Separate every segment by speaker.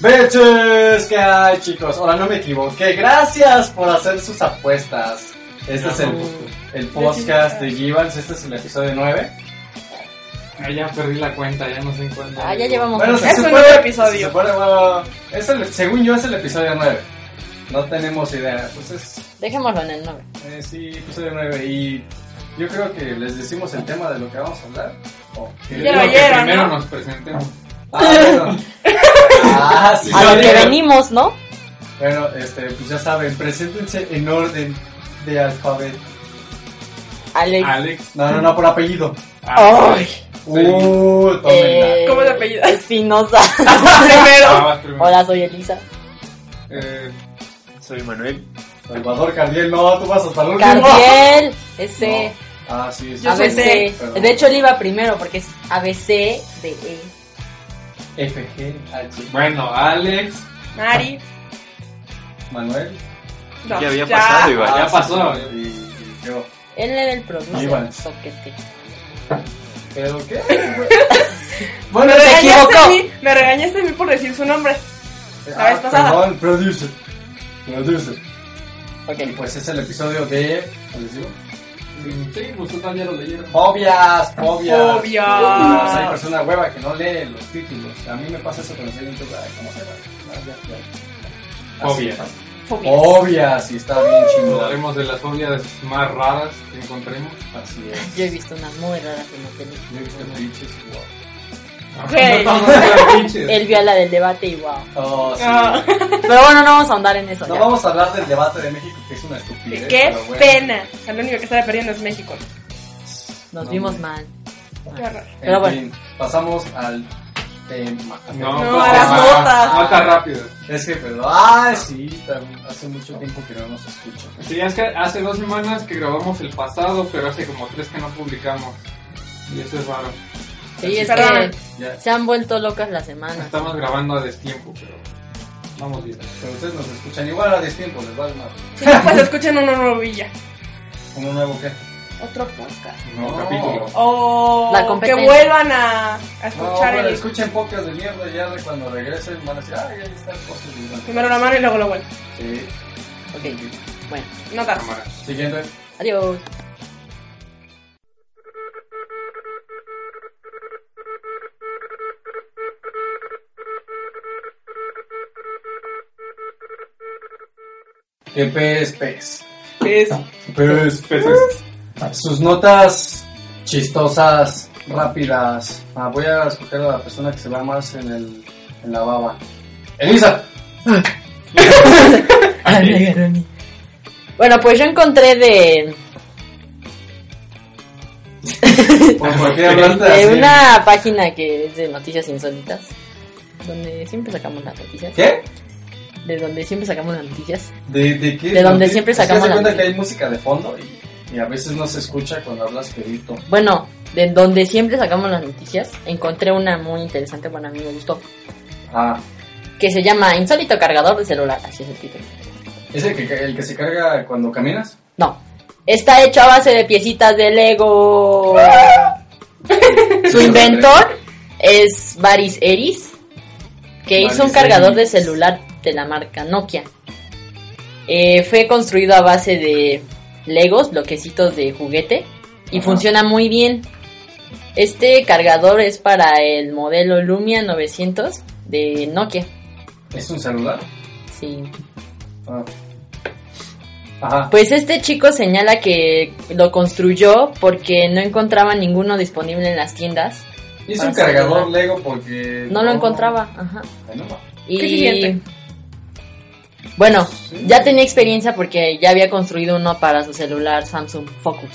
Speaker 1: Bitches, ¿qué hay chicos? Ahora no me equivoqué. Gracias por hacer sus apuestas. Este es el, el podcast de Givans, este es el episodio 9.
Speaker 2: Ah, ya perdí la cuenta, ya no sé en cuándo.
Speaker 3: Ah, ya llevamos
Speaker 1: Bueno,
Speaker 3: mucho.
Speaker 1: si
Speaker 4: Es
Speaker 1: se
Speaker 4: un
Speaker 1: puede-
Speaker 4: nuevo
Speaker 1: si se
Speaker 4: episodio.
Speaker 1: puede, bueno, es el- según yo es el episodio 9. No tenemos idea. Pues es
Speaker 3: Dejémoslo en el nombre.
Speaker 1: eh, sí, episodio 9. Y yo creo que les decimos el tema de lo que vamos a hablar. ¿O qué?
Speaker 4: Ya
Speaker 2: Lo
Speaker 4: lo
Speaker 2: que
Speaker 4: oyeron,
Speaker 2: primero
Speaker 4: ¿no?
Speaker 2: nos presentemos.
Speaker 1: Ah, bueno. Ah, sí,
Speaker 3: A
Speaker 1: yo
Speaker 3: lo que
Speaker 1: digo.
Speaker 3: venimos, ¿no?
Speaker 1: Bueno, este, pues ya saben, preséntense en orden de alfabeto.
Speaker 3: Alex.
Speaker 2: Alex.
Speaker 1: No, no, no, por apellido.
Speaker 4: Oh,
Speaker 3: Ay,
Speaker 1: Uh, tómenla.
Speaker 3: eh,
Speaker 4: ¿Cómo te apellidas?
Speaker 3: Espinosa.
Speaker 2: Ah,
Speaker 4: Primero.
Speaker 2: vas primero.
Speaker 3: Hola, soy Elisa.
Speaker 2: Eh,
Speaker 5: Soy Manuel.
Speaker 1: Salvador Cardiel, no, tú vas hasta el último.
Speaker 3: Cardiel, ese.
Speaker 1: No. Ah, sí, sí.
Speaker 4: Yo soy
Speaker 3: ABC.
Speaker 1: T.
Speaker 3: De hecho, él iba primero porque es ABC de E.
Speaker 1: FG, H.
Speaker 2: Bueno, Alex.
Speaker 4: Mari.
Speaker 1: Manuel. Ah,
Speaker 4: No,
Speaker 5: ya había pasado,
Speaker 4: ya.
Speaker 5: Iván.
Speaker 2: ya
Speaker 1: sí,
Speaker 2: pasó.
Speaker 1: Y, y yo.
Speaker 3: Él era el productor.
Speaker 1: Iván.
Speaker 3: soquete.
Speaker 1: ¿Pero qué?
Speaker 4: Me
Speaker 1: bueno,
Speaker 3: Se
Speaker 4: regañaste a
Speaker 3: equivocó.
Speaker 4: mí, me regañaste a mí por decir su nombre.
Speaker 1: la
Speaker 4: vez pasada.
Speaker 1: Ah, Perdón, producer. Producer. Y
Speaker 3: Ok.
Speaker 1: pues es el episodio de. ¿Cómo les digo?
Speaker 2: Sí, vosotros ya lo leyeron.
Speaker 1: Fobias, fobias.
Speaker 4: Fobias.
Speaker 1: Fobias. Hay persona hueva que no lee los títulos. A mí me pasa eso con los títulos. Ay, ¿cómo se Ah, llama?
Speaker 2: Fobias.
Speaker 1: Fobias, y está bien chingón.
Speaker 2: Hablaremos de las fobias más raras que encontremos.
Speaker 1: Así
Speaker 3: Yo he
Speaker 1: es.
Speaker 3: visto unas muy raras en la tele.
Speaker 1: Uh. Yo he visto pinches, wow.
Speaker 4: Güey.
Speaker 2: No, no, no, pinches.
Speaker 3: Él vio a la del debate y wow.
Speaker 1: Oh, sí.
Speaker 4: Ah.
Speaker 3: Pero bueno, no vamos a andar en eso.
Speaker 1: No
Speaker 3: ya.
Speaker 1: vamos a hablar del debate de México, que es una estupidez.
Speaker 4: Qué
Speaker 1: pero bueno.
Speaker 4: pena. O sea, lo único que estaba perdiendo es México.
Speaker 3: Nos
Speaker 1: No,
Speaker 3: vimos
Speaker 1: no.
Speaker 3: mal.
Speaker 4: Qué
Speaker 3: Ah.
Speaker 4: horror.
Speaker 1: En
Speaker 3: Pero bueno.
Speaker 1: fin, pasamos al tema.
Speaker 2: No,
Speaker 4: No,
Speaker 2: pues,
Speaker 4: a las
Speaker 2: ah,
Speaker 4: notas.
Speaker 2: Nota rápida.
Speaker 1: Es que, pero, ah, sí, también hace mucho tiempo que no nos escucha.
Speaker 2: Sí, es que hace dos semanas que grabamos el pasado, pero hace como tres que no publicamos. Y eso es raro.
Speaker 3: Sí, es
Speaker 4: Perdón.
Speaker 3: que
Speaker 1: Ya,
Speaker 3: se han vuelto locas las semanas.
Speaker 2: Estamos grabando a destiempo, pero vamos bien.
Speaker 1: pero ustedes nos escuchan igual a 10 tiempos, les vale más.
Speaker 4: Si no, pues escuchen una novilla.
Speaker 1: Como nuevo, ¿qué?
Speaker 4: Otro podcast.
Speaker 2: Un nuevo
Speaker 1: No.
Speaker 2: capítulo.
Speaker 4: O
Speaker 3: La
Speaker 4: que
Speaker 3: competencia.
Speaker 4: vuelvan a, a
Speaker 1: No,
Speaker 4: escuchar
Speaker 1: pero
Speaker 4: el
Speaker 1: escuchen pocas de mierda ya de cuando regresen van a decir, ay, ahí están pocas de mierda.
Speaker 4: primero la mano y luego lo vuelvo.
Speaker 1: Sí,
Speaker 3: Ok. Bueno,
Speaker 4: Notas.
Speaker 2: Cámara.
Speaker 1: siguiente.
Speaker 3: adiós.
Speaker 1: Que pez, pez.
Speaker 4: Es
Speaker 1: Pez, peces. Sus notas chistosas, rápidas. Ah, voy a escoger a la persona que se va más en, el, en la baba. Elisa.
Speaker 3: Bueno, pues yo encontré de,
Speaker 1: ¿Por qué hablaste
Speaker 3: de
Speaker 1: así?
Speaker 3: una página que es de noticias insólitas, donde siempre sacamos las noticias,
Speaker 1: ¿Qué?
Speaker 3: de donde siempre sacamos las noticias.
Speaker 1: ¿De, de qué?
Speaker 3: De donde
Speaker 1: ¿Por qué?
Speaker 3: siempre
Speaker 1: Es que
Speaker 3: sacamos
Speaker 1: se
Speaker 3: la
Speaker 1: cuenta que
Speaker 3: música.
Speaker 1: hay música de fondo y, y a veces no se escucha cuando hablas querido.
Speaker 3: Bueno, de donde siempre sacamos las noticias, encontré una muy interesante, bueno, a mí me gustó,
Speaker 1: Ah,
Speaker 3: que se llama Insólito Cargador de Celular, así es el título.
Speaker 1: ¿es el que, el que se carga cuando caminas?
Speaker 3: No, está hecho a base de piecitas de Lego. Su inventor es Baris Eris, que
Speaker 1: Baris
Speaker 3: hizo un cargador
Speaker 1: Eris.
Speaker 3: de celular de la marca Nokia. Eh, fue construido a base de Legos, bloquecitos de juguete, y
Speaker 1: Ajá.
Speaker 3: funciona muy bien. Este cargador es para el modelo Lumia 900 de Nokia.
Speaker 1: ¿Es un celular?
Speaker 3: Sí.
Speaker 1: Ah. Ajá.
Speaker 3: Pues este chico señala que lo construyó porque no encontraba ninguno disponible en las tiendas.
Speaker 1: Hice
Speaker 3: Para
Speaker 1: un cargador
Speaker 3: celular.
Speaker 1: Lego porque...
Speaker 3: Ah, No lo encontraba. Ajá.
Speaker 1: Ay, no, va.
Speaker 3: Y...
Speaker 4: ¿Qué siguiente?
Speaker 3: Bueno, ya tenía experiencia porque ya había construido uno para su celular Samsung Focus.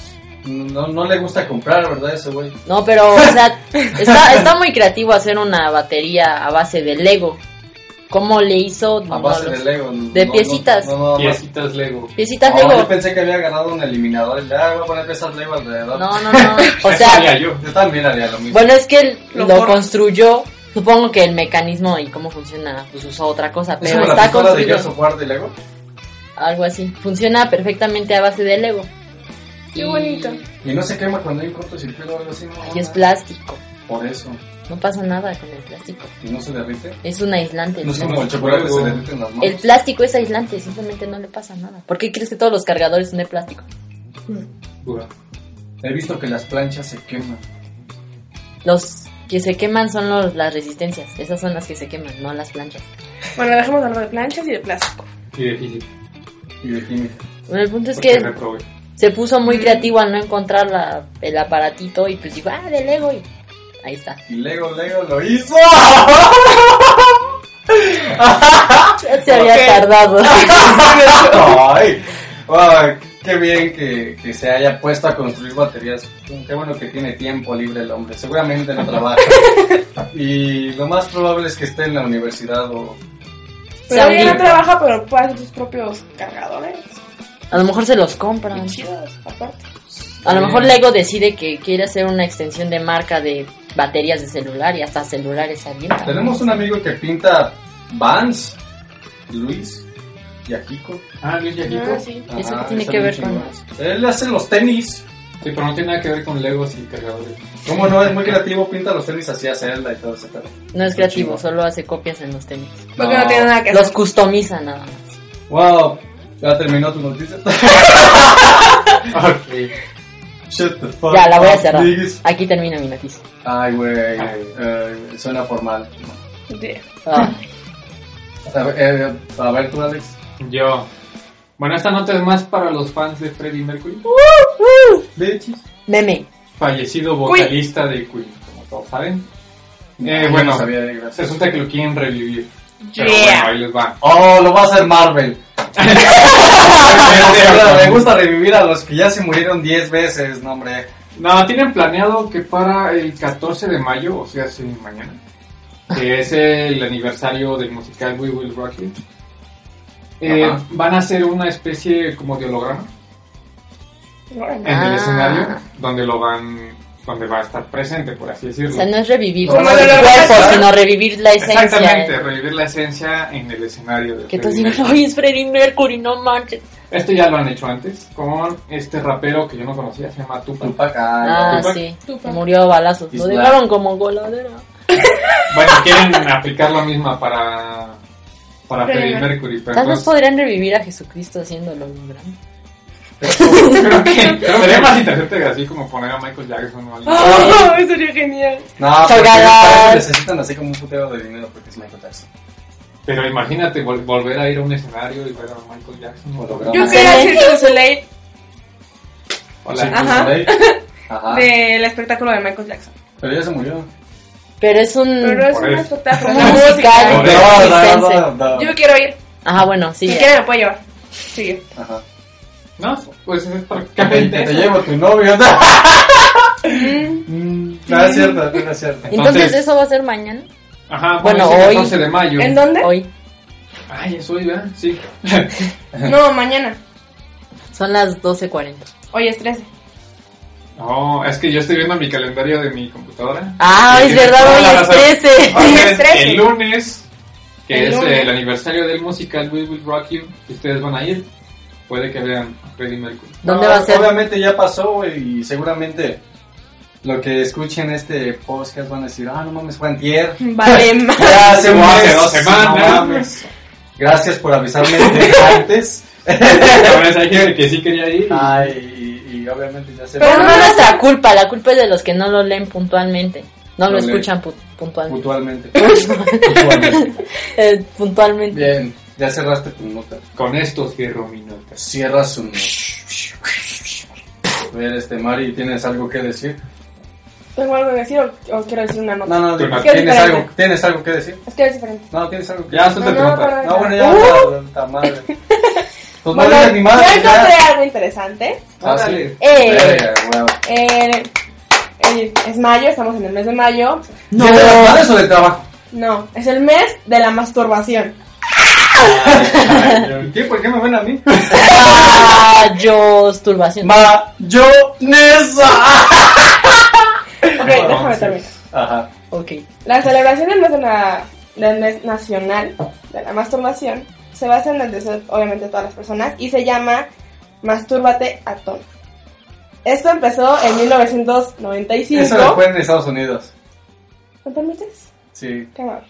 Speaker 1: No, no le gusta comprar, ¿verdad? Ese güey.
Speaker 3: No, pero, o sea, está, está muy creativo hacer una batería a base de Lego. ¿Cómo le hizo?
Speaker 1: A
Speaker 3: No
Speaker 1: base
Speaker 3: lo
Speaker 1: de
Speaker 3: sé.
Speaker 1: Lego.
Speaker 3: De piecitas.
Speaker 1: No, no, no, más.
Speaker 2: Piecitas Lego.
Speaker 3: Piecitas
Speaker 1: Oh,
Speaker 3: Lego.
Speaker 1: yo pensé que había ganado un eliminador. Ya voy a poner piezas Lego alrededor.
Speaker 3: No, no, no. O
Speaker 2: Eso
Speaker 3: sea,
Speaker 2: haría yo.
Speaker 1: Yo también haría lo mismo.
Speaker 3: Bueno, es que él
Speaker 4: Lo
Speaker 3: lo,
Speaker 4: forma.
Speaker 3: construyó. Supongo que el mecanismo y cómo funciona, pues usó otra cosa,
Speaker 1: ¿Es
Speaker 3: pero
Speaker 1: como la
Speaker 3: está
Speaker 1: pistola de Gears
Speaker 3: construido.
Speaker 1: of War de Lego?
Speaker 3: Algo así. Funciona perfectamente a base de Lego.
Speaker 4: Qué
Speaker 3: Y-
Speaker 4: bonito.
Speaker 1: Y no se quema cuando hay un cortocircuito o algo así. ¿no?
Speaker 3: Y es plástico.
Speaker 1: Por eso.
Speaker 3: No pasa nada con el plástico.
Speaker 1: ¿Y no se derrite?
Speaker 3: Es un aislante. el
Speaker 1: No es como
Speaker 2: no,
Speaker 1: el chocolate que se
Speaker 2: luego-
Speaker 1: derrite en las manos.
Speaker 3: El plástico es aislante, simplemente no le pasa nada. ¿Por qué crees que todos los cargadores son de plástico?
Speaker 2: Dura.
Speaker 1: He visto que las planchas se queman.
Speaker 3: Los que se queman son los, las resistencias. Esas son las que se queman, no las planchas.
Speaker 4: Bueno, dejemos hablar de planchas y de plástico.
Speaker 2: Y difícil.
Speaker 1: Y de química.
Speaker 3: Bueno, el punto es
Speaker 2: porque
Speaker 3: que
Speaker 2: reprobé.
Speaker 3: se puso muy creativo al no encontrar la- el aparatito y pues dijo, ah, de Lego y ahí está.
Speaker 1: Y Lego, Lego lo hizo.
Speaker 3: Ya se había
Speaker 4: Ok.
Speaker 3: tardado.
Speaker 1: Ay, ay, qué bien que, que se haya puesto a construir baterías. Qué bueno que tiene tiempo libre el hombre. Seguramente no trabaja. Y lo más probable es que esté en la universidad o...
Speaker 4: Pero
Speaker 3: Saudi.
Speaker 4: ella no trabaja, pero puede hacer tus propios cargadores.
Speaker 3: A lo mejor se los compran.
Speaker 4: Muy chidos, aparte.
Speaker 3: A lo mejor Lego decide que quiere hacer una extensión de marca de baterías de celular y hasta celulares abiertas.
Speaker 1: Tenemos un amigo que pinta Vans, Luis y Akiko.
Speaker 2: Ah, Luis y Akiko.
Speaker 4: Ah,
Speaker 2: sí.
Speaker 4: sí.
Speaker 3: ¿Eso
Speaker 1: Ajá,
Speaker 3: qué tiene
Speaker 1: está
Speaker 3: que
Speaker 1: bien
Speaker 3: ver con
Speaker 1: chingón. Él hace los tenis.
Speaker 2: pero no tiene nada que ver con Legos y cargadores.
Speaker 1: ¿Cómo no? Es muy creativo, pinta los tenis así a Zelda y todo ese pedo.
Speaker 3: No es
Speaker 1: Está
Speaker 3: creativo,
Speaker 1: chido.
Speaker 3: solo hace copias en los tenis.
Speaker 4: Porque no, tiene nada que
Speaker 3: Los
Speaker 4: hacer.
Speaker 3: customiza nada más.
Speaker 1: Wow, ya terminó tu noticia.
Speaker 2: Ok.
Speaker 1: Shut the fuck
Speaker 3: Ya, la voy a
Speaker 1: up,
Speaker 3: cerrar.
Speaker 1: niggas.
Speaker 3: Aquí termina mi noticia.
Speaker 1: Ay, güey,
Speaker 2: Ay.
Speaker 1: eh, suena formal.
Speaker 4: De-
Speaker 3: Ah,
Speaker 1: A ver, eh, a ver tú, Alex.
Speaker 2: Yo. Bueno, esta nota es más para los fans de Freddie Mercury.
Speaker 1: Leches.
Speaker 3: meme.
Speaker 2: Fallecido vocalista de Queen, como todos saben. Eh,
Speaker 1: Yo
Speaker 2: bueno,
Speaker 1: Ah, no sabía de gracias.
Speaker 2: resulta que lo quieren revivir. Pero
Speaker 4: Yeah.
Speaker 2: bueno, ahí les va.
Speaker 1: Oh, lo va a hacer Marvel. Me gusta- Me gusta revivir a los que ya se murieron 10 veces, no, hombre.
Speaker 2: No, tienen planeado que para el 14 de mayo, o sea, sí, mañana, que es el aniversario del musical We Will Rock You, eh,
Speaker 1: Ajá.
Speaker 2: van a hacer una especie como de holograma en el
Speaker 3: Ah.
Speaker 2: escenario donde lo van, donde va a estar presente, por así
Speaker 3: O
Speaker 2: decirlo.
Speaker 3: sea, no es revivir
Speaker 1: No,
Speaker 3: el
Speaker 1: no, no, no,
Speaker 3: cuerpo,
Speaker 1: no, no.
Speaker 3: sino revivir la esencia.
Speaker 2: Exactamente, revivir la esencia en el escenario. de
Speaker 3: Que
Speaker 2: Freddie
Speaker 3: tú digas,
Speaker 2: Mercury.
Speaker 3: oye, es Freddie Mercury, no manches.
Speaker 2: Esto ya lo han hecho antes con este rapero que yo no conocía, se llama Tupac.
Speaker 1: Tupac, ah,
Speaker 3: Ah,
Speaker 2: Tupac.
Speaker 3: sí.
Speaker 4: Tupac.
Speaker 3: Murió a balazos.
Speaker 1: Is
Speaker 3: Lo dejaron como goladera.
Speaker 2: Bueno, quieren aplicar la misma para, para Freddie Mercury, pero
Speaker 3: Tal vez
Speaker 2: entonces-
Speaker 3: podrían revivir a Jesucristo haciéndolo holograma.
Speaker 2: creo que sería más interesante así como poner a Michael Jackson o algo.
Speaker 4: ¡Oh! Eso sería genial.
Speaker 1: No, porque
Speaker 3: Chagadas.
Speaker 1: ellos también necesitan así como un putero de dinero porque es Michael Jackson.
Speaker 2: Pero imagínate vol- volver a ir a un escenario y ver a Michael Jackson. o lo-
Speaker 4: Yo
Speaker 1: Holograma.
Speaker 4: quería decir que Soleil
Speaker 2: Hola.
Speaker 1: Sí,
Speaker 4: Ajá.
Speaker 1: pues,
Speaker 4: Ah.
Speaker 1: Ajá.
Speaker 4: del espectáculo de Michael Jackson.
Speaker 1: Pero ya se murió.
Speaker 3: Pero es un...
Speaker 4: Pero es
Speaker 2: Por
Speaker 4: un
Speaker 2: eso.
Speaker 4: espectáculo
Speaker 3: Un musical.
Speaker 2: Por
Speaker 1: No, no,
Speaker 3: Circense.
Speaker 1: no, no.
Speaker 4: Yo quiero ir.
Speaker 3: Ajá, bueno, sí.
Speaker 4: Si
Speaker 3: ya.
Speaker 4: quiere me puede llevar. Sigue.
Speaker 1: Ajá.
Speaker 2: No, pues es
Speaker 1: Te,
Speaker 2: prácticamente
Speaker 1: te
Speaker 2: eso.
Speaker 1: llevo tu novio.
Speaker 4: Mm.
Speaker 1: no es cierto, no es cierto.
Speaker 3: Entonces,
Speaker 2: Entonces-
Speaker 3: ¿eso va a ser mañana?
Speaker 2: Ajá, bueno,
Speaker 3: Bueno,
Speaker 2: es el
Speaker 3: hoy-
Speaker 2: 14 de mayo.
Speaker 4: ¿En dónde?
Speaker 3: Hoy.
Speaker 2: Ay, es hoy, ¿verdad? Sí.
Speaker 4: No, mañana.
Speaker 3: Son las 12.40.
Speaker 4: Hoy es 13.
Speaker 2: No, es que yo estoy viendo mi calendario de mi computadora.
Speaker 3: Ah,
Speaker 2: Sí,
Speaker 3: es
Speaker 2: tienes
Speaker 3: verdad,
Speaker 2: toda
Speaker 3: hoy
Speaker 2: la
Speaker 3: es
Speaker 2: razón.
Speaker 3: 13.
Speaker 4: Hoy es
Speaker 2: Ok,
Speaker 4: 13.
Speaker 2: El lunes, que
Speaker 4: El
Speaker 2: es
Speaker 4: lunes.
Speaker 2: el aniversario del musical We Will Rock You, que ustedes van a ir, puede que vean a Freddie Mercury.
Speaker 3: ¿Dónde
Speaker 1: No,
Speaker 3: va a ser?
Speaker 1: Obviamente ya pasó, güey, y seguramente lo que escuchen este podcast van a decir, ah, no mames, fue antier.
Speaker 4: Vale, ma-
Speaker 1: Ya hace,
Speaker 2: Hace
Speaker 1: un mes,
Speaker 2: dos semanas.
Speaker 1: no mames. Gracias por avisarme desde antes.
Speaker 2: Ahora es alguien que sí quería ir.
Speaker 1: Ay, y, y obviamente ya se
Speaker 3: Pero
Speaker 4: Pero
Speaker 3: no
Speaker 4: no
Speaker 3: es
Speaker 4: lo
Speaker 3: nuestra culpa, la culpa es de los que no lo leen puntualmente. No lo
Speaker 1: Lo leen.
Speaker 3: escuchan pu- puntualmente.
Speaker 1: puntualmente. puntualmente.
Speaker 3: Eh, puntualmente.
Speaker 1: Bien, ya cerraste tu nota.
Speaker 2: Con estos cierro mi nota.
Speaker 1: Cierra su nota. A ver, este, Mari, ¿tienes algo que decir?
Speaker 4: ¿Tengo algo que decir o, o quiero decir una nota?
Speaker 1: No, no,
Speaker 2: Tú no.
Speaker 1: digo, ¿tienes
Speaker 4: Espérate.
Speaker 1: algo, ¿tienes algo que decir?
Speaker 4: Es que es diferente.
Speaker 1: No, ¿tienes algo que
Speaker 2: Ya, suelta
Speaker 4: No,
Speaker 2: tu
Speaker 4: no,
Speaker 2: nota.
Speaker 4: para-
Speaker 1: No, bueno,
Speaker 3: Uh.
Speaker 1: ya, la, la madre. Pues no digas ni madre,
Speaker 4: yo
Speaker 1: ya.
Speaker 4: encontré algo interesante.
Speaker 1: Ah, sí.
Speaker 2: Órale.
Speaker 3: Eh,
Speaker 1: Verga, güey.
Speaker 4: Eh, eh, es mayo, estamos en el mes de mayo.
Speaker 3: no.
Speaker 1: ¿Día de las madres o de trabajo?
Speaker 4: No, es el mes de la masturbación.
Speaker 1: ¿Qué? ¿Por qué me ven a mí?
Speaker 3: Ah, yo, turbación.
Speaker 1: Mayonesa.
Speaker 4: Ok,
Speaker 1: Ah,
Speaker 2: Entonces-
Speaker 4: déjame terminar.
Speaker 1: Ajá.
Speaker 3: Ok.
Speaker 4: La celebración del mes, de la- del mes nacional de la masturbación se basa en el deseo, obviamente, de todas las personas y se llama Mastúrbate a Tono. Esto empezó en
Speaker 1: Eso lo
Speaker 4: 1995.
Speaker 1: fue en Estados Unidos.
Speaker 4: ¿Me permites?
Speaker 1: Sí.
Speaker 4: Qué amable.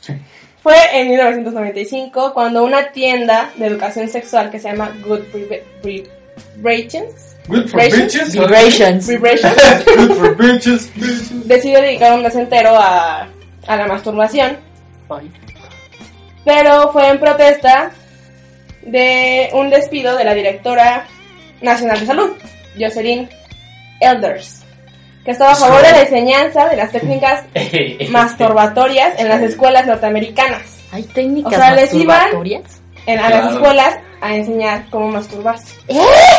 Speaker 2: Sí.
Speaker 4: Fue en 1995 cuando una tienda de educación sexual que se llama Good Vibra- Vibra- Vibrations
Speaker 2: Good for
Speaker 4: Rations?
Speaker 2: bitches.
Speaker 3: Vibrations.
Speaker 4: Vibrations,
Speaker 2: Good for bitches. bitches.
Speaker 4: decidió dedicar un mes entero a, a la masturbación, pero fue en protesta de un despido de la directora nacional de salud, Jocelyn Elders, que estaba a favor de la enseñanza de las técnicas masturbatorias en las escuelas norteamericanas.
Speaker 3: Hay técnicas
Speaker 4: O sea, les iban-
Speaker 3: masturbatorias.
Speaker 4: en, a
Speaker 1: Claro.
Speaker 4: las escuelas a enseñar cómo masturbarse.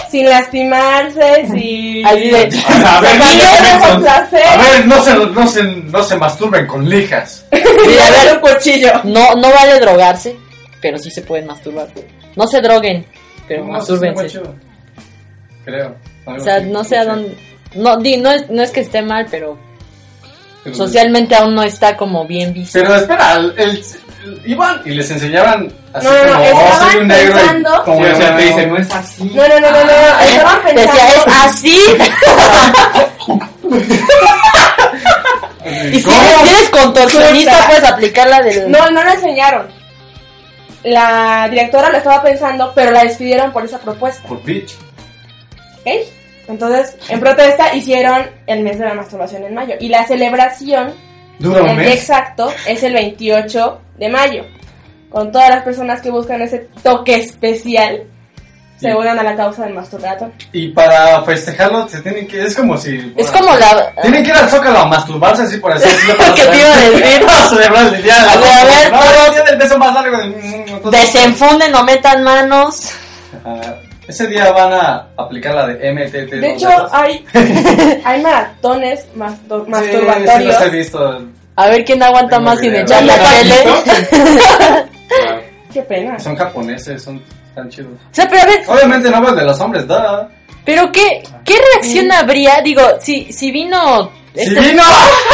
Speaker 4: Sin lastimarse, sin...
Speaker 3: Así de-
Speaker 1: O sea, a ver,
Speaker 4: Para que
Speaker 1: no
Speaker 4: tengan
Speaker 1: se-
Speaker 4: placer.
Speaker 1: a ver, no se, no, se, no se masturben con lijas.
Speaker 4: Sin haber un cuchillo.
Speaker 3: No, no vale drogarse, pero sí se pueden masturbar. No se droguen, pero
Speaker 1: No,
Speaker 3: mastúrbense.
Speaker 1: sí, guacho. Creo.
Speaker 3: O sea, no sé a dónde. No, di, no, es, no es que esté mal, pero
Speaker 1: Pero-
Speaker 3: socialmente aún no está como bien visto.
Speaker 1: Pero espera, el- el- iban y les enseñaban así
Speaker 4: No, no, no,
Speaker 1: como, oh,
Speaker 4: estaban
Speaker 1: soy un negro. y-
Speaker 4: pensando-
Speaker 1: como
Speaker 2: Sí, o sea,
Speaker 1: no,
Speaker 2: te dice, no es así.
Speaker 4: No, no, no, no, no. Estaban
Speaker 3: Ah, Decía, es
Speaker 4: ah, pensando...
Speaker 3: así. y si eres, si eres contorsionista,
Speaker 4: Escucha.
Speaker 3: puedes aplicar la del.
Speaker 4: No, no lo enseñaron. La directora lo estaba pensando, pero la despidieron por esa propuesta.
Speaker 1: Por bitch.
Speaker 4: ¿Ok? Entonces, en protesta hicieron el mes de la masturbación en mayo. Y la celebración
Speaker 1: Dura un
Speaker 4: El día
Speaker 1: mes.
Speaker 4: exacto es el 28 de mayo. Con todas las personas que buscan ese toque especial,
Speaker 1: Sí.
Speaker 4: se unan a la causa del masturbator.
Speaker 1: Y para festejarlo, se tienen que. Es como si.
Speaker 3: es
Speaker 1: bueno,
Speaker 3: como la.
Speaker 1: Tienen que ir al zócalo a masturbarse así por así. decirlo, para
Speaker 3: ¿Qué te
Speaker 1: celebrar-
Speaker 3: iba a decir?
Speaker 1: Para celebrar el día de la
Speaker 3: A ver, a ver,
Speaker 1: No, el
Speaker 4: pues.
Speaker 3: todos-
Speaker 1: día del beso más largo del mundo. pues,
Speaker 3: Desenfunden, no metan manos.
Speaker 1: Ajá. Ese día van a aplicar la de MTT.
Speaker 4: De hecho, ah, hay, hay maratones
Speaker 1: Sí,
Speaker 4: mastur-
Speaker 1: sí
Speaker 4: masturbatorios.
Speaker 1: los he visto.
Speaker 3: A ver quién aguanta
Speaker 1: Tengo
Speaker 3: más sin
Speaker 1: video.
Speaker 3: echar la
Speaker 1: ¿Ya
Speaker 3: tele.
Speaker 2: Claro.
Speaker 4: Qué pena.
Speaker 1: Son japoneses, son tan chidos.
Speaker 3: O sea, pero a ver,
Speaker 1: Obviamente no veo el de los hombres, da.
Speaker 3: Pero qué, qué reacción habría, digo, si, si vino
Speaker 1: ¡Si
Speaker 3: este-
Speaker 1: vino!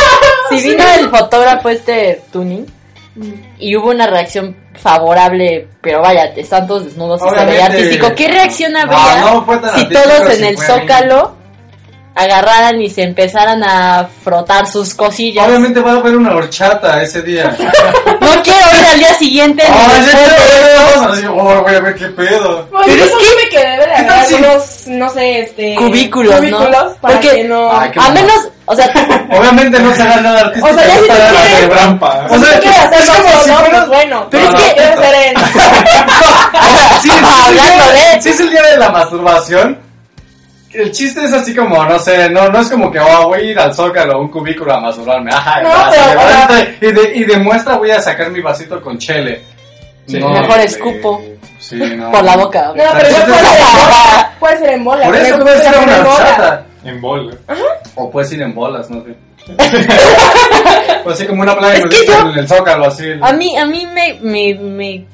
Speaker 3: si vino el fotógrafo este Tuning
Speaker 4: Mm.
Speaker 3: y hubo una reacción favorable, pero vaya, están todos desnudos y se veía
Speaker 1: Obviamente.
Speaker 3: artístico, ¿qué reacción
Speaker 1: No,
Speaker 3: habría
Speaker 1: no fue tan
Speaker 3: si
Speaker 1: artístico,
Speaker 3: todos en
Speaker 1: sí
Speaker 3: el
Speaker 1: fue
Speaker 3: zócalo agarraran y se empezaran a frotar sus cosillas?
Speaker 1: Obviamente va a haber una horchata ese día.
Speaker 3: No quiero ir al día siguiente. ni
Speaker 1: ¡Oh, ese
Speaker 3: después de-
Speaker 1: pedo! Así, oh, güey, a ver qué pedo.
Speaker 4: Bueno,
Speaker 3: Pero
Speaker 4: yo
Speaker 3: es que-
Speaker 4: supe que debe de
Speaker 1: ¿Qué tal
Speaker 4: haber
Speaker 1: si-
Speaker 4: algunos, no sé, este...
Speaker 3: Cubículos, ¿no?
Speaker 4: cubículos para
Speaker 3: Porque-
Speaker 4: que no...
Speaker 1: Ay, qué
Speaker 3: a
Speaker 1: mamá.
Speaker 3: menos, o sea,
Speaker 1: Obviamente no será nada artístico.
Speaker 4: O sea, ya si
Speaker 1: será
Speaker 4: tú
Speaker 1: la
Speaker 4: quieres-
Speaker 1: de Brampa.
Speaker 4: O sea, quieres
Speaker 1: es
Speaker 4: hacerlo,
Speaker 1: como si
Speaker 4: no,
Speaker 1: fuera-
Speaker 4: pues bueno.
Speaker 3: Pero
Speaker 1: es que-
Speaker 4: Debe ser en...
Speaker 1: Sí, sí,
Speaker 3: Hablando
Speaker 1: sí,
Speaker 3: de-
Speaker 1: sí es el día de la masturbación. El chiste es así como, no sé, no, no es como que oh, voy a ir al zócalo o un cubículo a masturbarme. Ajá,
Speaker 4: No,
Speaker 1: va,
Speaker 4: pero,
Speaker 1: se
Speaker 4: o sea-
Speaker 1: levanta y, de, y de muestra voy a sacar mi vasito con chele.
Speaker 2: Sí.
Speaker 3: Mejor
Speaker 1: güey.
Speaker 3: escupo.
Speaker 1: Sí, no.
Speaker 3: por la boca.
Speaker 4: No, pero ya
Speaker 1: Entonces,
Speaker 4: puede ser en bola. Puede ser en bola.
Speaker 1: Por
Speaker 4: pero
Speaker 1: eso
Speaker 4: es-
Speaker 1: puede ser
Speaker 4: pero
Speaker 1: una
Speaker 4: en bola.
Speaker 1: horchata.
Speaker 2: En ¿eh? bola.
Speaker 1: O puedes ir en bolas, no sé. Pues así como una playa
Speaker 3: Es que yo- Ah,
Speaker 1: en el zócalo, así.
Speaker 3: A mí, a mí me, me, me,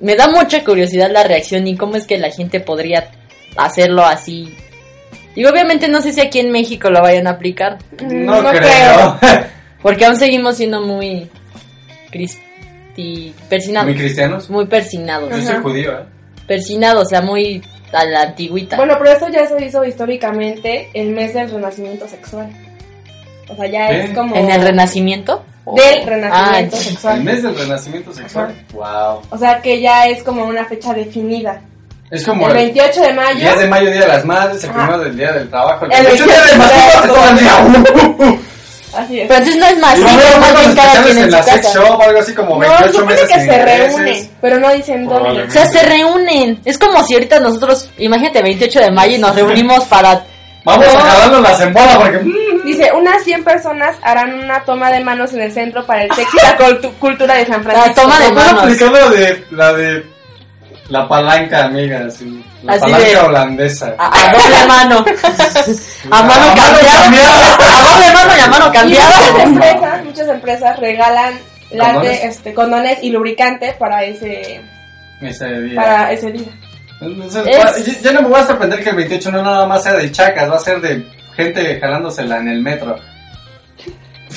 Speaker 3: me da mucha curiosidad la reacción y cómo es que la gente podría hacerlo así. Digo, obviamente no sé si aquí en México lo vayan a aplicar,
Speaker 4: Mm,
Speaker 1: No, creo.
Speaker 3: porque aún seguimos siendo muy cristi, persinados,
Speaker 1: ¿Muy cristianos?
Speaker 3: muy persinados,
Speaker 1: Yo soy
Speaker 4: Ajá.
Speaker 1: judío, ¿eh?
Speaker 3: persinados, o sea, muy a la antigüita.
Speaker 4: Bueno, pero esto ya se hizo históricamente el mes del renacimiento sexual. O sea, ya
Speaker 1: ¿Eh?
Speaker 4: es como...
Speaker 3: ¿En el Renacimiento?
Speaker 4: Del renacimiento
Speaker 3: Ah,
Speaker 1: El
Speaker 4: sexual.
Speaker 1: mes del renacimiento sexual. Wow.
Speaker 4: O sea, que ya es como una fecha definida.
Speaker 1: Es como
Speaker 4: el
Speaker 1: el,
Speaker 4: 28 de
Speaker 1: el
Speaker 4: mayo...
Speaker 1: 10 de mayo, día de las madres, el
Speaker 4: Ajá.
Speaker 1: primero del día del trabajo.
Speaker 4: El
Speaker 1: veintiocho
Speaker 4: veintiocho
Speaker 1: del
Speaker 4: de
Speaker 1: masturbo, todo el día.
Speaker 4: Así es.
Speaker 3: Pero entonces no es más,
Speaker 1: Y luego
Speaker 3: más
Speaker 1: los
Speaker 3: bien cada
Speaker 1: especiales
Speaker 3: quien en
Speaker 1: en
Speaker 3: su
Speaker 1: la sex
Speaker 3: casa.
Speaker 1: shop, algo así como
Speaker 4: No,
Speaker 1: 28
Speaker 4: supone
Speaker 1: meses
Speaker 4: que
Speaker 1: sin
Speaker 4: se
Speaker 1: intereses.
Speaker 4: reúnen, pero no dicen dónde.
Speaker 3: O sea, se reúnen. Es como si ahorita nosotros, imagínate, 28 de mayo y nos reunimos para
Speaker 1: Vamos
Speaker 3: No.
Speaker 1: a jalarnos las embolas porque... mm,
Speaker 4: Dice, unas 100 personas harán una toma de manos en el centro para el sexo y la cultu- cultura de San Francisco.
Speaker 3: la toma de
Speaker 1: Van a
Speaker 3: manos.
Speaker 1: aplicar la de... La de... La palanca, amiga, así. La
Speaker 3: Así
Speaker 1: palanca
Speaker 3: de-
Speaker 1: holandesa.
Speaker 3: A, a doble mano. A Ah, mano
Speaker 1: A mano
Speaker 3: cambiada.
Speaker 1: cambiada.
Speaker 3: A doble mano y a mano
Speaker 4: Y
Speaker 3: cambiada.
Speaker 4: muchas empresas, muchas empresas regalan
Speaker 1: ¿Condones?
Speaker 4: late, este, condones y lubricante para ese,
Speaker 1: Ese día.
Speaker 4: para ese día.
Speaker 1: Entonces,
Speaker 3: Es-
Speaker 1: para- ya- ya no me voy a sorprender que el 28 no nada más sea de chacas, va a ser de gente jalándosela en el metro.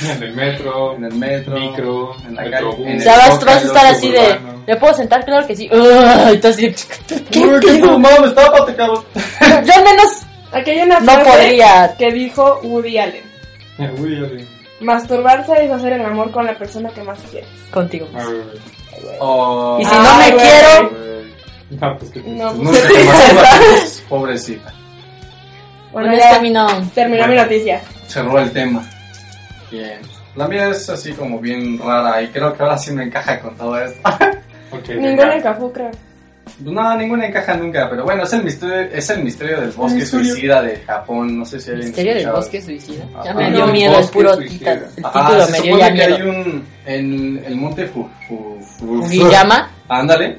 Speaker 2: En el metro,
Speaker 1: En el metro.
Speaker 2: micro,
Speaker 1: en la
Speaker 2: metrobús.
Speaker 1: calle, en
Speaker 3: O
Speaker 1: el-
Speaker 3: sea, vas,
Speaker 1: Toca
Speaker 3: vas a
Speaker 1: el
Speaker 3: estar
Speaker 2: otro
Speaker 3: así de.
Speaker 2: urbano.
Speaker 3: ¿Le puedo sentar? Claro que sí. Ugh, Entonces, ¿qué
Speaker 1: Uy, qué
Speaker 3: pedo?
Speaker 1: fumado, estápate, cabrón.
Speaker 3: Yo al menos
Speaker 4: Aquí hay una
Speaker 3: no
Speaker 4: frase
Speaker 3: podría.
Speaker 4: que dijo Woody Allen.
Speaker 2: Uy, ya le-
Speaker 4: Masturbarse es hacer el amor con la persona que más quieres.
Speaker 3: Contigo.
Speaker 2: A ver,
Speaker 1: Oh,
Speaker 3: Y si
Speaker 4: Ay,
Speaker 3: no me
Speaker 4: güey.
Speaker 3: quiero,
Speaker 1: güey.
Speaker 2: No, pues que te-
Speaker 4: No, pues,
Speaker 1: Nunca te masturbas, pobrecita.
Speaker 4: bueno,
Speaker 3: bueno,
Speaker 4: ya
Speaker 3: este vino.
Speaker 4: terminó mi
Speaker 1: Bueno.
Speaker 4: noticia.
Speaker 1: cerró el tema. Bien. La mía es así como bien rara y creo que ahora sí me encaja con todo esto.
Speaker 2: ok,
Speaker 4: Ninguna
Speaker 2: venga.
Speaker 4: en Cafú, creo.
Speaker 1: No, ninguna encaja nunca, pero bueno, es el misterio, es el misterio del bosque
Speaker 2: misterio.
Speaker 1: suicida de Japón. No sé si alguien
Speaker 3: Misterio del
Speaker 1: escuchaba.
Speaker 3: bosque suicida. Ya
Speaker 1: Ah,
Speaker 3: me
Speaker 1: el
Speaker 3: dio miedo el
Speaker 2: bosque
Speaker 3: puro
Speaker 2: suicida.
Speaker 3: tita- el
Speaker 1: Ajá,
Speaker 3: título.
Speaker 1: se
Speaker 3: Me dio ya
Speaker 1: supone que hay
Speaker 3: miedo.
Speaker 1: un. En el monte Fu. Fu- Fu-
Speaker 3: Fujiyama.
Speaker 1: Ándale.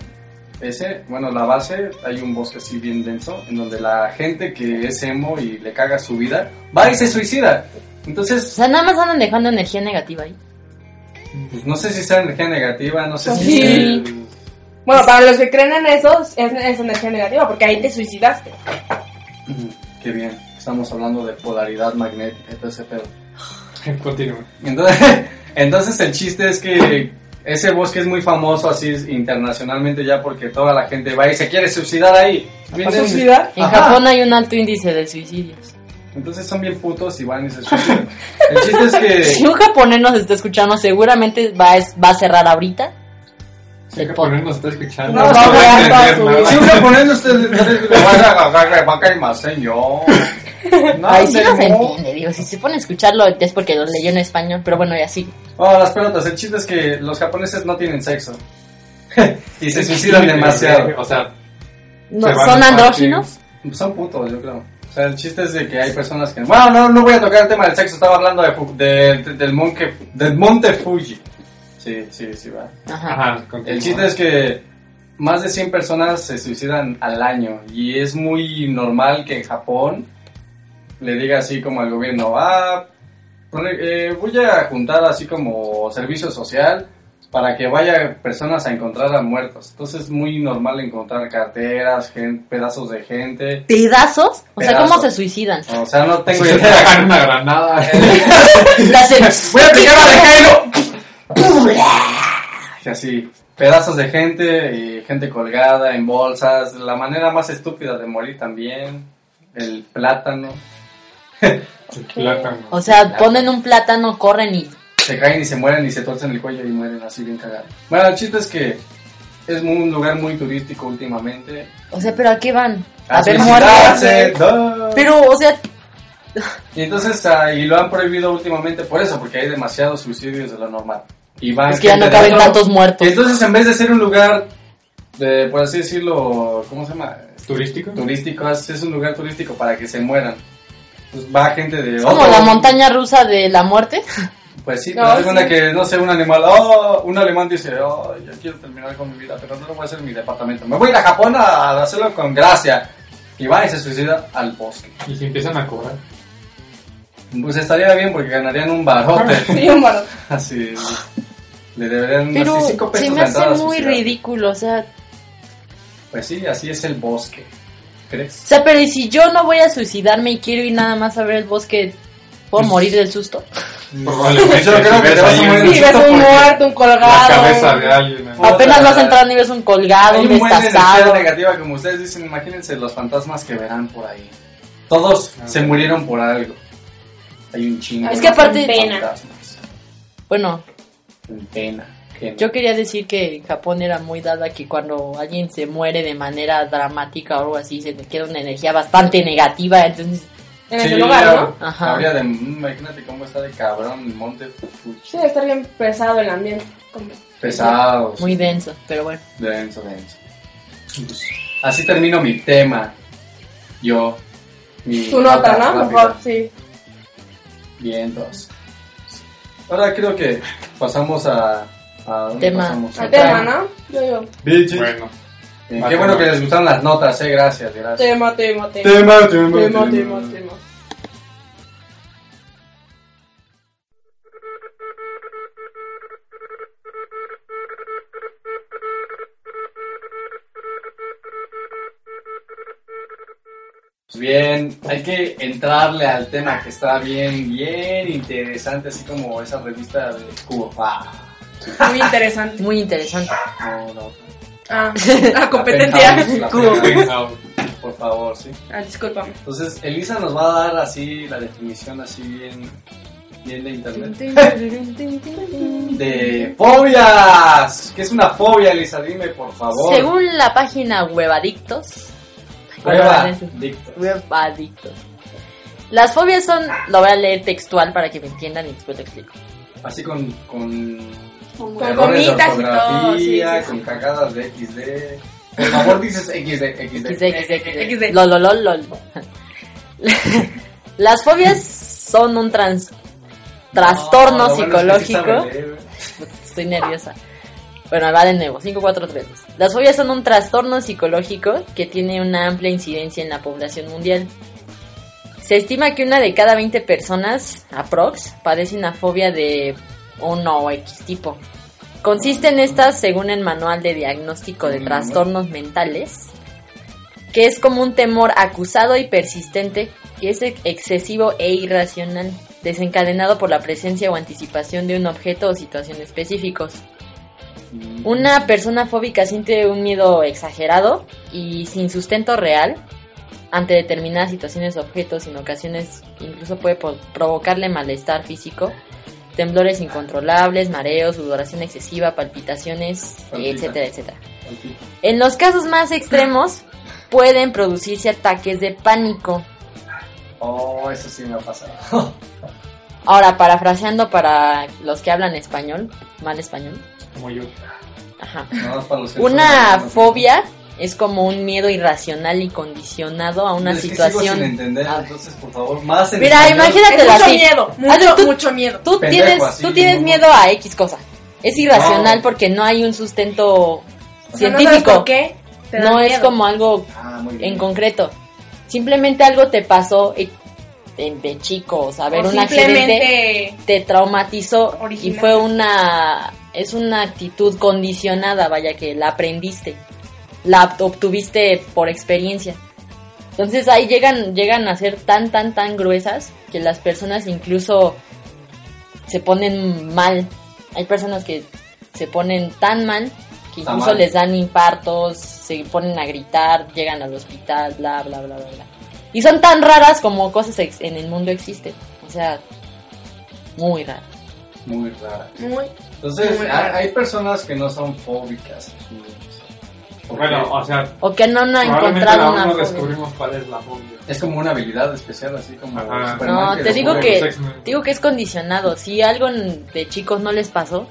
Speaker 1: Ese, bueno, la base, hay un bosque así bien denso, en donde la gente que es emo y le caga su vida, va y se suicida.
Speaker 3: O
Speaker 1: Entonces,
Speaker 3: sea, nada más andan dejando energía negativa ahí.
Speaker 1: pues, no sé si sea energía negativa, no sé
Speaker 3: Pues
Speaker 1: si
Speaker 4: Sí.
Speaker 1: sea-
Speaker 2: El-
Speaker 4: Bueno, para los que creen en eso, es, es energía negativa, porque ahí te suicidaste.
Speaker 1: Ujú, Qué bien, estamos hablando de polaridad magnética, todo ese pedo.
Speaker 2: Pues, Continúa.
Speaker 1: Entonces, entonces el chiste es que ese bosque es muy famoso así internacionalmente ya porque toda la gente va y se quiere suicidar ahí. Bien
Speaker 4: ¿Para
Speaker 1: denso.
Speaker 4: suicidar?
Speaker 3: En
Speaker 1: Ajá.
Speaker 3: Japón hay un alto índice de suicidios.
Speaker 1: Entonces son bien putos y van y se suicidan. El chiste es que...
Speaker 3: Si un japonés nos está escuchando, seguramente va a, va a cerrar ahorita.
Speaker 2: Si
Speaker 3: El
Speaker 2: el
Speaker 3: pop.
Speaker 2: japonés nos está escuchando,
Speaker 4: No,
Speaker 2: va
Speaker 4: no,
Speaker 2: a
Speaker 4: no,
Speaker 2: entender
Speaker 4: no,
Speaker 2: nada.
Speaker 1: Si un japonés no está... Va a caer más, señor. No,
Speaker 3: Ay, sí no se
Speaker 1: señor.
Speaker 3: entiende, digo. Si se pone a escucharlo es porque lo leyó en español, pero bueno, ya sí.
Speaker 1: Oh, las pelotas. El chiste es que los japoneses no tienen sexo. y se suicidan demasiado.
Speaker 2: O sea,
Speaker 3: No,
Speaker 2: se van
Speaker 3: ¿Son
Speaker 2: a
Speaker 3: andróginos?
Speaker 1: Pues Son putos, yo creo. O sea, el chiste es de que hay personas que... Bueno, no, no voy a tocar el tema del sexo, estaba hablando de, Fu- de- de- del, monje, del monte Fuji. Sí, sí, sí, va.
Speaker 3: Ajá.
Speaker 2: Ajá, continúa.
Speaker 1: El chiste es que más de 100 personas se suicidan al año y es muy normal que en Japón le diga así como al gobierno, ah, pone- eh, voy a juntar así como servicio social para que vaya personas a encontrar a muertos. Entonces es muy normal encontrar carteras, gen- pedazos de gente.
Speaker 3: ¿Pedazos? O sea, ¿cómo
Speaker 1: Pedazos.
Speaker 3: se suicidan?
Speaker 1: O sea, no tengo
Speaker 2: Se
Speaker 1: idea.
Speaker 2: tragan una granada.
Speaker 3: Las
Speaker 1: Voy a aplicar la de Jairo. Y así, pedazos de gente, y gente colgada en bolsas, la manera más estúpida de morir también, el plátano,
Speaker 2: Plátano.
Speaker 3: O sea, ponen un plátano, corren y...
Speaker 1: se caen y se mueren y se torcen el cuello y mueren así bien cagados. Bueno, el chiste es que es muy- un lugar muy turístico últimamente.
Speaker 3: O sea, ¿pero a qué van? A ver, muertos. eh.
Speaker 1: suicidarse, ¡duh!
Speaker 3: Pero, o sea,
Speaker 1: Y entonces, ah, y lo han prohibido últimamente por eso, porque hay demasiados suicidios de lo normal. Y van
Speaker 3: es que ya
Speaker 1: gente
Speaker 3: no
Speaker 1: de
Speaker 3: caben
Speaker 1: todo-
Speaker 3: tantos muertos.
Speaker 1: Entonces, en vez de ser un lugar, de, por así decirlo, ¿cómo se llama?
Speaker 2: ¿Turístico?
Speaker 1: Turístico, es es un lugar turístico para que se mueran. Pues va gente de...
Speaker 3: Es como
Speaker 1: otro-
Speaker 3: la montaña rusa de la muerte.
Speaker 1: Pues sí,
Speaker 4: No,
Speaker 1: pero es
Speaker 4: sí.
Speaker 1: una que, no sé, un animal, oh, un alemán dice, oh, yo quiero terminar con mi vida, pero no lo voy a hacer en mi departamento. Me voy a ir a Japón a hacerlo con gracia. Y va y se suicida al bosque.
Speaker 2: Y si empiezan a cobrar.
Speaker 1: Pues estaría bien porque ganarían un barote.
Speaker 4: Sí, bueno.
Speaker 1: Así... Le deberían
Speaker 3: Pero
Speaker 1: así, cinco pesos
Speaker 3: se me
Speaker 1: la
Speaker 3: hace
Speaker 1: entrada a
Speaker 3: muy
Speaker 1: suicidar.
Speaker 3: ridículo, o sea...
Speaker 1: Pues sí, así es el bosque. ¿Crees?
Speaker 3: O sea, pero ¿y si yo no voy a suicidarme y quiero ir nada más a ver el bosque, ¿puedo
Speaker 1: Pues
Speaker 3: morir del susto?
Speaker 2: Probablemente.
Speaker 1: Yo creo
Speaker 2: si
Speaker 1: que
Speaker 2: ves
Speaker 1: te vas a
Speaker 2: ahí
Speaker 1: morir.
Speaker 2: un-
Speaker 4: Sí, ves un
Speaker 1: porque
Speaker 4: muerto, un
Speaker 2: La
Speaker 4: colgado.
Speaker 2: cabeza de alguien. ¿no?
Speaker 1: Ah,
Speaker 3: Apenas vas
Speaker 1: la-
Speaker 3: entrando y ves un colgado,
Speaker 1: Hay
Speaker 3: un
Speaker 1: un buen de energía
Speaker 3: destazado.
Speaker 1: negativa, como ustedes dicen, imagínense los fantasmas que verán por ahí. Todos
Speaker 2: Ah.
Speaker 1: se murieron por algo. Hay un chingo.
Speaker 3: Es
Speaker 1: de
Speaker 3: que aparte-
Speaker 1: fantasmas.
Speaker 3: Bueno,
Speaker 1: En pena. Gente.
Speaker 3: yo quería decir que en Japón era muy dada que cuando alguien se muere de manera dramática o algo así, se te queda una energía bastante negativa, entonces...
Speaker 4: En ese
Speaker 1: Sí,
Speaker 4: lugar, ¿no?
Speaker 1: habría-
Speaker 3: Ajá.
Speaker 1: habría de- mm, imagínate cómo está de cabrón el monte Fuji.
Speaker 4: Sí, debe estar bien pesado el ambiente. Como-
Speaker 1: Pesados.
Speaker 3: Muy denso, pero bueno.
Speaker 1: Denso, denso. Así termino mi tema. Yo. Mi
Speaker 4: Tu nota, ¿no?
Speaker 1: rápida.
Speaker 4: Por favor, sí.
Speaker 1: Bien, dos. Ahora creo que pasamos a. a ¿dónde
Speaker 3: Tema.
Speaker 1: pasamos?
Speaker 4: Al tema, ¿no? Yo digo,
Speaker 1: Bitches.
Speaker 2: Bueno.
Speaker 1: Bien, qué bueno que les gustaron las notas, eh, gracias, gracias.
Speaker 4: tema, tema, tema.
Speaker 1: Tema, tema,
Speaker 4: Tema, tema, tema.
Speaker 1: Pues Bien, hay que entrarle al tema que está bien, bien interesante, así como esa revista de Cubo. Ah,
Speaker 4: Muy interesante.
Speaker 3: Muy interesante.
Speaker 1: no, no.
Speaker 4: Ah, la
Speaker 1: La
Speaker 4: competencia.
Speaker 1: pensamos, la
Speaker 3: Cubo.
Speaker 1: pensamos,
Speaker 2: Ah,
Speaker 1: Por favor, sí.
Speaker 4: Ah, discúlpame.
Speaker 1: Entonces, Elisa nos va a dar así la definición así bien piel de internet. De fobias. ¿Qué es una fobia, Elisa? Dime, por favor.
Speaker 3: Según la página Webadictos,
Speaker 1: Prueba.
Speaker 3: Perdón, es-
Speaker 1: Dicto.
Speaker 3: Webadictos, las fobias son, lo voy a leer textual para que me entiendan y después lo explico.
Speaker 1: Así con, con
Speaker 5: Como-
Speaker 4: Con
Speaker 1: errores de
Speaker 4: gomitas y todo,
Speaker 1: ortografía,
Speaker 4: sí, sí,
Speaker 1: con cagadas de XD. Por favor, dices XD, XD.
Speaker 3: XD,
Speaker 5: XD.
Speaker 3: Lol, lol, lol, lol. Las fobias son un trans-
Speaker 1: No,
Speaker 3: trastorno
Speaker 1: lo bueno es que sí
Speaker 3: psicológico.
Speaker 1: sabe leer.
Speaker 3: Estoy nerviosa. Bueno, ahí va de nuevo. 5, 4, 3, 2. Las fobias son un trastorno psicológico que tiene una amplia incidencia en la población mundial. Se estima que una de cada 20 personas, aprox, padece una fobia de uno o X tipo. Consisten estas, según el Manual de Diagnóstico de
Speaker 1: Mm.
Speaker 3: Trastornos Mentales, que es como un temor acusado y persistente, que es ex- excesivo e irracional, desencadenado por la presencia o anticipación de un objeto o situación específicos. Una persona fóbica siente un miedo exagerado y sin sustento real ante determinadas situaciones, objetos, y en ocasiones incluso puede po- provocarle malestar físico, temblores incontrolables, mareos, sudoración excesiva, palpitaciones,
Speaker 1: Palpita.
Speaker 3: etcétera, etcétera. En los casos más extremos pueden producirse ataques de pánico.
Speaker 1: Oh, eso sí me ha pasado.
Speaker 3: Ahora, parafraseando para los que hablan español, mal español,
Speaker 2: como yo.
Speaker 3: ajá.
Speaker 1: Nada más para los que
Speaker 3: Una
Speaker 1: saben.
Speaker 3: fobia es como un miedo irracional y condicionado a una
Speaker 1: Es que sigo
Speaker 3: situación.
Speaker 1: sin entender,
Speaker 3: Ah.
Speaker 1: entonces, por favor, más en
Speaker 3: Mira,
Speaker 1: español.
Speaker 3: imagínate
Speaker 5: Es
Speaker 3: la
Speaker 5: mucho
Speaker 3: ti-
Speaker 5: miedo,
Speaker 3: Ah,
Speaker 5: mucho,
Speaker 3: tú-
Speaker 5: mucho miedo.
Speaker 3: Tú
Speaker 1: Pendejo,
Speaker 3: tienes,
Speaker 1: así,
Speaker 3: tú tienes
Speaker 1: ¿no?
Speaker 3: miedo a X cosa. Es irracional
Speaker 1: No.
Speaker 3: porque no hay un sustento
Speaker 5: O sea, no sabes
Speaker 3: científico.
Speaker 5: por qué, te da
Speaker 3: no es
Speaker 5: miedo.
Speaker 3: como algo
Speaker 1: Ah, muy bien.
Speaker 3: en concreto. Simplemente algo te pasó eh, de, de chico, o sea, ver
Speaker 5: O
Speaker 3: un accidente
Speaker 5: simplemente
Speaker 3: te traumatizó y
Speaker 5: Original.
Speaker 3: fue una es una actitud condicionada, vaya que la aprendiste, la obtuviste por experiencia. Entonces ahí llegan llegan a ser tan tan tan gruesas que las personas incluso se ponen mal. Hay personas que se ponen tan mal que
Speaker 1: Está
Speaker 3: incluso
Speaker 1: mal.
Speaker 3: les dan infartos, se ponen a gritar, llegan al hospital, bla bla bla bla. bla. Y son tan raras como cosas ex- en el mundo existen. O sea, muy raras.
Speaker 1: Muy rara.
Speaker 5: muy-
Speaker 1: Entonces,
Speaker 5: Muy
Speaker 1: hay,
Speaker 5: rara.
Speaker 1: hay personas que no son fóbicas. Porque
Speaker 2: Bueno, o sea,
Speaker 3: O que no, no han
Speaker 2: probablemente
Speaker 3: encontrado
Speaker 2: aún
Speaker 3: una
Speaker 2: no
Speaker 3: fobia.
Speaker 2: descubrimos cuál es la fobia.
Speaker 1: es como una habilidad especial, así como.
Speaker 2: Ajá.
Speaker 1: Superman
Speaker 3: No, te digo
Speaker 1: descubre-
Speaker 3: que-
Speaker 2: Los X-Men.
Speaker 3: Digo que es condicionado. Si algo en- de chicos no les pasó,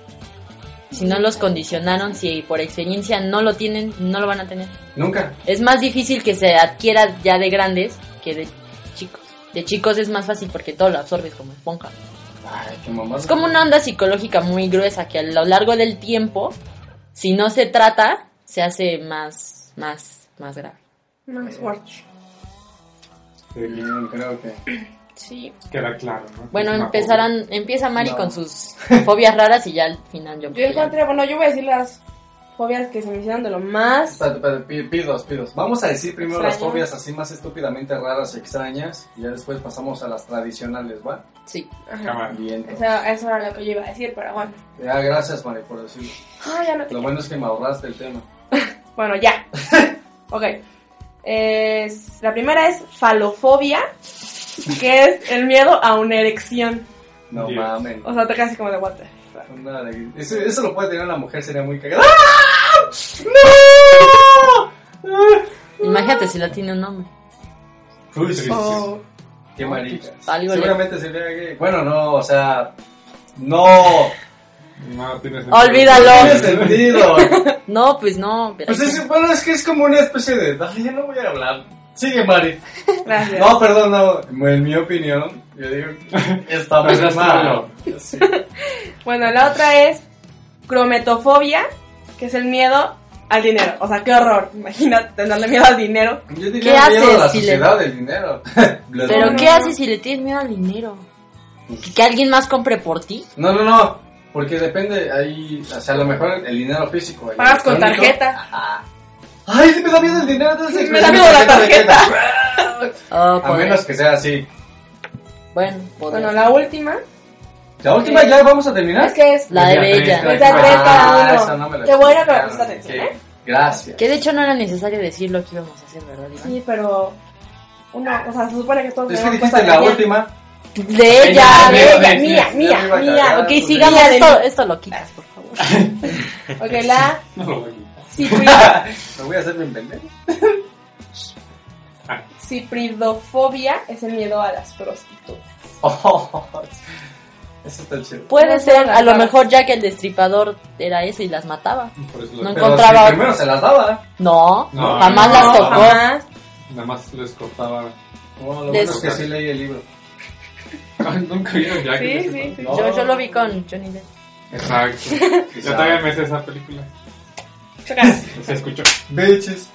Speaker 3: si no los condicionaron, si por experiencia no lo tienen, no lo van a tener.
Speaker 1: Nunca.
Speaker 3: Es más difícil que se adquiera ya de grandes que de chicos. De chicos es más fácil porque todo lo absorbes como esponja.
Speaker 1: Ay, qué mamá.
Speaker 3: Es como una onda psicológica muy gruesa que a lo largo del tiempo, si no se trata, se hace más, más, más grave.
Speaker 5: más fuerte.
Speaker 1: Bien, creo que.
Speaker 5: Sí.
Speaker 2: Queda claro, ¿no?
Speaker 3: Bueno,
Speaker 2: Es una
Speaker 3: empezarán, empieza Mari
Speaker 1: No.
Speaker 3: con sus fobias raras y ya al final yo.
Speaker 4: Yo encontré, bueno, yo voy a decir las fobias que se me hicieron de lo más.
Speaker 1: Espérate, espérate, pi- pidos, pidos. Vamos a decir primero las
Speaker 4: Extraño.
Speaker 1: fobias así más estúpidamente raras y extrañas. Y ya después pasamos a las tradicionales, ¿va?
Speaker 3: Sí.
Speaker 2: fobia.
Speaker 4: Ajá.
Speaker 2: Cámara.
Speaker 1: Bien.
Speaker 4: Eso, eso era lo que yo iba a decir, pero bueno.
Speaker 1: Ya, gracias, Mari, por decirlo.
Speaker 4: Ah, ya no te
Speaker 1: Lo bueno es que me ahorraste el tema.
Speaker 4: Bueno, ya. ok. Es- la primera es falofobia, que es el miedo a una erección.
Speaker 1: No
Speaker 2: Dios.
Speaker 1: mames.
Speaker 4: O sea, te casi como de what the fuck.
Speaker 1: Nada de- Eso, eso lo puede tener una mujer, sería muy cagada. ¡Ah! ¡No! ¡Ah!
Speaker 3: Imagínate si la tiene un hombre.
Speaker 2: Uy,
Speaker 1: Uy,
Speaker 2: sí, sí.
Speaker 4: Oh,
Speaker 1: qué maricas.
Speaker 3: Algo le-
Speaker 1: Seguramente sería gay. Bueno, no, o sea. ¡No!
Speaker 2: No tiene sentido.
Speaker 3: Olvídalo.
Speaker 1: No tiene sentido.
Speaker 3: No, pues no. pero-
Speaker 1: Pues es, bueno, es que es como una especie de. Ay, ya no voy a hablar. Sigue, Mari.
Speaker 4: gracias.
Speaker 1: No, perdón, no. En mi opinión, yo digo que está muy
Speaker 2: Pues
Speaker 1: mal. Sí.
Speaker 4: Bueno, la otra es crometofobia, que es el miedo al dinero. O sea, qué horror. Imagínate tenerle miedo al dinero.
Speaker 1: Yo diría
Speaker 3: ¿Qué
Speaker 1: miedo
Speaker 3: haces
Speaker 1: a la
Speaker 3: si le-
Speaker 1: sociedad del dinero. Bla,
Speaker 3: Pero
Speaker 1: bla,
Speaker 3: ¿qué
Speaker 1: bla.
Speaker 3: haces si le tienes miedo al dinero?
Speaker 1: Pues
Speaker 3: ¿Que, que alguien más compre por ti?
Speaker 1: No, no, no. Porque depende, ahí, o sea, a lo mejor el dinero físico. el
Speaker 4: Pagas con
Speaker 1: electrónico.
Speaker 4: tarjeta.
Speaker 1: Ajá. Ay, me da miedo el dinero. entonces
Speaker 4: Me da miedo la tarjeta.
Speaker 3: Ah,
Speaker 1: A
Speaker 3: por-
Speaker 1: menos que sea así.
Speaker 3: Bueno, podría
Speaker 4: Bueno,
Speaker 3: ser.
Speaker 4: la última
Speaker 1: La última ya vamos a terminar. Ah,
Speaker 4: es que es
Speaker 3: La de Bella.
Speaker 4: Pues ya trae para uno.
Speaker 1: esa no me la
Speaker 4: Te voy a ir a
Speaker 1: explicaron.
Speaker 4: prestar atención,
Speaker 1: Sí.
Speaker 4: ¿eh?
Speaker 1: Gracias.
Speaker 3: Que de hecho no era necesario decir lo que íbamos a hacer, ¿verdad, Iván?
Speaker 4: Sí, pero uno, o sea, se supone que todos
Speaker 1: Es que
Speaker 4: tenemos
Speaker 1: dijiste
Speaker 4: puesta
Speaker 1: la
Speaker 4: atención.
Speaker 1: última.
Speaker 3: De ella, de
Speaker 2: Venga,
Speaker 3: ella.
Speaker 4: Mía,
Speaker 1: Ya
Speaker 4: mía, mía,
Speaker 1: me iba a
Speaker 4: mía.
Speaker 1: cargar. pues,
Speaker 3: Ok,
Speaker 1: de-
Speaker 3: sigamos
Speaker 4: de-
Speaker 3: esto, esto lo quitas, por favor.
Speaker 4: Ok, la
Speaker 2: No lo voy a quitar.
Speaker 4: cipri-
Speaker 1: Me voy a hacer bien pendejo.
Speaker 4: cipridofobia es el miedo a las prostitutas.
Speaker 1: Oh, eso está chido.
Speaker 3: Puede
Speaker 4: No,
Speaker 3: ser,
Speaker 4: no,
Speaker 3: a lo
Speaker 4: no.
Speaker 3: mejor Jack el destripador era ese y las mataba.
Speaker 2: Por eso
Speaker 3: No
Speaker 2: lo-
Speaker 1: Pero
Speaker 3: encontraba
Speaker 1: si
Speaker 3: otro.
Speaker 1: primero se las daba. ¿eh?
Speaker 3: No,
Speaker 2: No,
Speaker 3: jamás
Speaker 2: no,
Speaker 3: las tocó.
Speaker 4: jamás.
Speaker 2: Nada más les cortaba.
Speaker 1: Bueno, lo
Speaker 3: Les-
Speaker 1: bueno es que sí leí el libro.
Speaker 2: Ay, Nunca vieron Jack.
Speaker 5: Sí,
Speaker 2: el
Speaker 5: sí,
Speaker 2: Destripador.
Speaker 5: sí.
Speaker 3: Yo, yo lo vi con Johnny Depp.
Speaker 2: Exacto. Yo
Speaker 1: Quizá.
Speaker 2: todavía me sé esa película.
Speaker 5: Chocas.
Speaker 2: Se escuchó.
Speaker 1: Bitches.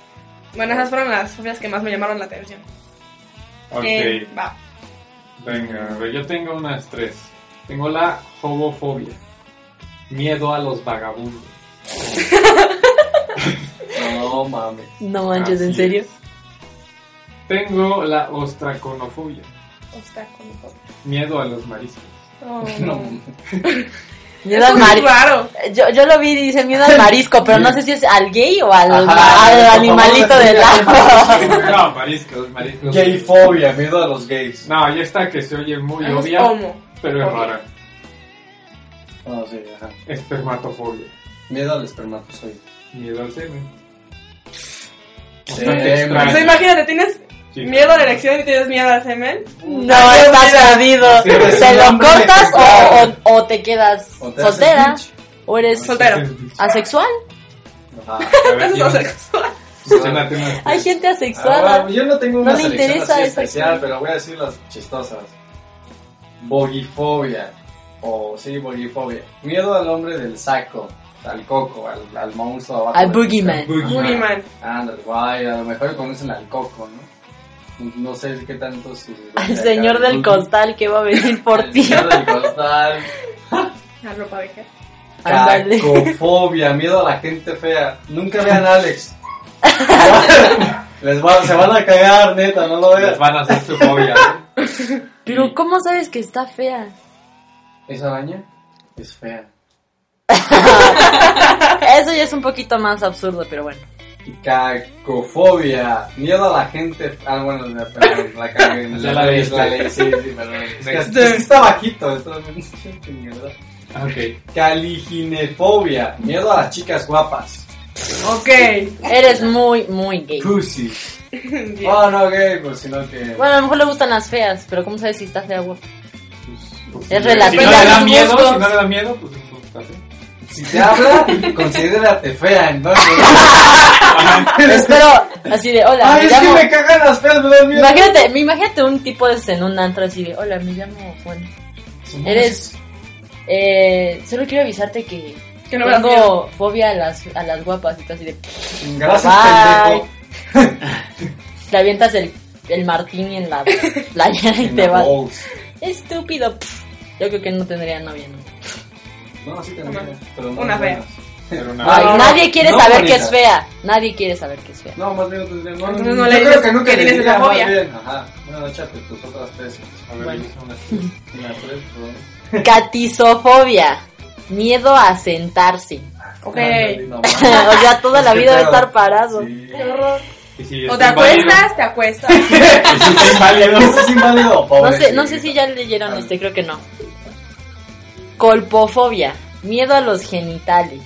Speaker 5: Bueno, esas fueron las fobias que más me llamaron la atención.
Speaker 2: Ok.
Speaker 5: Eh, va.
Speaker 2: Venga, a ver, yo tengo unas tres. Tengo la hobofobia. Miedo a los vagabundos.
Speaker 1: No mames.
Speaker 3: No manches,
Speaker 1: Ah,
Speaker 3: ¿en
Speaker 2: Así
Speaker 3: serio?
Speaker 2: es. Tengo la ostraconofobia.
Speaker 5: Obstáculo.
Speaker 2: Miedo a los mariscos.
Speaker 5: Oh.
Speaker 1: No mames.
Speaker 3: Miedo al
Speaker 5: Muy
Speaker 3: mari-
Speaker 5: raro.
Speaker 3: yo, yo lo vi y dice miedo al marisco, pero no sé si es al gay o al,
Speaker 1: Ajá,
Speaker 3: al
Speaker 1: por favor,
Speaker 3: animalito del agua.
Speaker 2: no, mariscos, mariscos.
Speaker 1: Gayfobia, miedo a los gays.
Speaker 2: No, ya está que se oye muy
Speaker 3: Ah,
Speaker 5: Es
Speaker 2: obvia,
Speaker 5: homo.
Speaker 2: pero es rara.
Speaker 1: No, sí, ajá.
Speaker 2: Espermatofobia.
Speaker 1: Miedo al espermatozoide.
Speaker 2: Miedo al semen.
Speaker 1: Sí,
Speaker 2: Bastante
Speaker 1: sí,
Speaker 2: extraño,
Speaker 5: O sea, imagínate, tienes
Speaker 2: chicos.
Speaker 5: miedo a la erección y tienes miedo al semen.
Speaker 3: No, estás perdido.
Speaker 1: Sí, eres
Speaker 3: ¿Te
Speaker 1: un
Speaker 3: lo
Speaker 1: hombre
Speaker 3: cortas
Speaker 1: mezclado.
Speaker 3: o, o- o te quedas
Speaker 1: O te haces
Speaker 3: soltera?
Speaker 1: bitch.
Speaker 3: ¿O eres
Speaker 5: Soltera. Pero-
Speaker 3: asexual?
Speaker 1: Ajá.
Speaker 2: A ver,
Speaker 5: Eso es
Speaker 2: ¿quién-
Speaker 5: homosexual.
Speaker 2: Susana, tiene una-
Speaker 3: Hay gente asexual.
Speaker 1: Ah, bueno, yo no tengo una
Speaker 3: No le
Speaker 1: selección
Speaker 3: interesa
Speaker 1: así
Speaker 3: esa
Speaker 1: especial,
Speaker 3: cosa.
Speaker 1: pero voy a decir las chistosas. Bogifobia. O sí, bogifobia. Miedo al hombre del saco, al coco, al, al monstruo abajo.
Speaker 3: Al
Speaker 1: del
Speaker 3: boogeyman.
Speaker 1: saco. Ajá.
Speaker 5: Boogeyman.
Speaker 1: Ándale, guay, a lo mejor le conocen al coco, ¿no? No sé qué tanto si...
Speaker 3: Al señor del
Speaker 1: costal.
Speaker 3: costal que va a venir por
Speaker 1: Al
Speaker 3: ti.
Speaker 1: señor del costal.
Speaker 5: La ropa vieja.
Speaker 3: Ándale.
Speaker 1: Cacofobia, miedo a la gente fea. Nunca vean a Alex. Les va- se van a cagar, neta, no lo
Speaker 2: Les
Speaker 1: veas.
Speaker 2: van a hacer su fobia. ¿eh?
Speaker 3: Pero ¿cómo sabes que está fea?
Speaker 1: Esa araña es fea.
Speaker 3: Eso ya es un poquito más absurdo, pero bueno.
Speaker 1: Cacofobia, miedo a la gente. Ah, bueno, la, perdón, la cagué.
Speaker 2: Ya la leíste.
Speaker 1: La leí, sí, sí, perdón. Es que-
Speaker 2: Next.
Speaker 1: es que está bajito. Está ¿verdad?
Speaker 2: Ah, Ok.
Speaker 1: Caliginefobia, miedo a las chicas guapas.
Speaker 5: Ok.
Speaker 3: Eres muy, muy gay.
Speaker 1: Pussy.
Speaker 5: Bien.
Speaker 1: Oh, no, gay, pues sino que.
Speaker 3: Bueno, a lo mejor le gustan las feas, pero ¿cómo sabes si está fea, guapa?
Speaker 2: Pues,
Speaker 3: Es
Speaker 2: si no
Speaker 3: relativo
Speaker 2: le
Speaker 3: a
Speaker 2: da
Speaker 3: los
Speaker 2: miedo,
Speaker 3: gustos.
Speaker 2: si no le da miedo, pues entonces está bien.
Speaker 1: Si te habla, considérate fea, entonces.
Speaker 3: Espero, así de, hola,
Speaker 1: Ay,
Speaker 3: me
Speaker 1: es que
Speaker 3: llamo...
Speaker 1: me cagan las feas, me dan miedo.
Speaker 3: Imagínate, me imagínate un tipo de en un antro así de, hola, me llamo Juan. Eres... Eh, solo quiero avisarte que
Speaker 5: Que no me das miedo.
Speaker 3: tengo fobia a las, a las guapas y tú así de...
Speaker 1: Gracias,
Speaker 3: Bye.
Speaker 1: pendejo.
Speaker 3: Te avientas el, el martini en la playa y
Speaker 1: En
Speaker 3: te
Speaker 1: la
Speaker 3: vas.
Speaker 1: Vox.
Speaker 3: Estúpido. pf. Yo creo que no tendría novia nunca.
Speaker 1: No, sí te
Speaker 5: Una-
Speaker 1: entiendo, pero no
Speaker 5: una
Speaker 1: es
Speaker 5: fea.
Speaker 1: buena.
Speaker 2: Pero una-
Speaker 3: Ay,
Speaker 1: no,
Speaker 3: nadie quiere
Speaker 1: no,
Speaker 3: saber que
Speaker 1: bonita.
Speaker 3: es fea. Nadie quiere saber que es fea.
Speaker 1: No, más bien no tendría. No,
Speaker 5: Entonces no
Speaker 1: yo
Speaker 5: le
Speaker 1: creo
Speaker 5: dices
Speaker 1: que nunca
Speaker 5: que
Speaker 1: le
Speaker 5: tienes
Speaker 1: diría,
Speaker 5: esa
Speaker 1: más
Speaker 5: fobia.
Speaker 1: bien, Ajá. Bueno, échate tus otras tres.
Speaker 2: A ver,
Speaker 1: Bueno,
Speaker 2: son las tres.
Speaker 1: las tres, perdón.
Speaker 3: Catisofobia. Miedo a sentarse.
Speaker 5: Ok.
Speaker 1: Ándale, no
Speaker 3: o
Speaker 1: mames.
Speaker 3: sea, toda
Speaker 1: Es
Speaker 3: la
Speaker 1: que
Speaker 3: vida va a
Speaker 1: pedo.
Speaker 3: estar parado.
Speaker 1: Sí.
Speaker 5: Qué horror.
Speaker 2: Y si
Speaker 5: O
Speaker 2: es inválido,
Speaker 5: te acuestas, te acuestas.
Speaker 2: y si es inválido.
Speaker 1: Eso es inválido,
Speaker 3: No
Speaker 1: pobre.
Speaker 3: sé, no sé si ya leyeron
Speaker 1: Ah.
Speaker 3: este, creo que no. Colpofobia. Miedo a los genitales.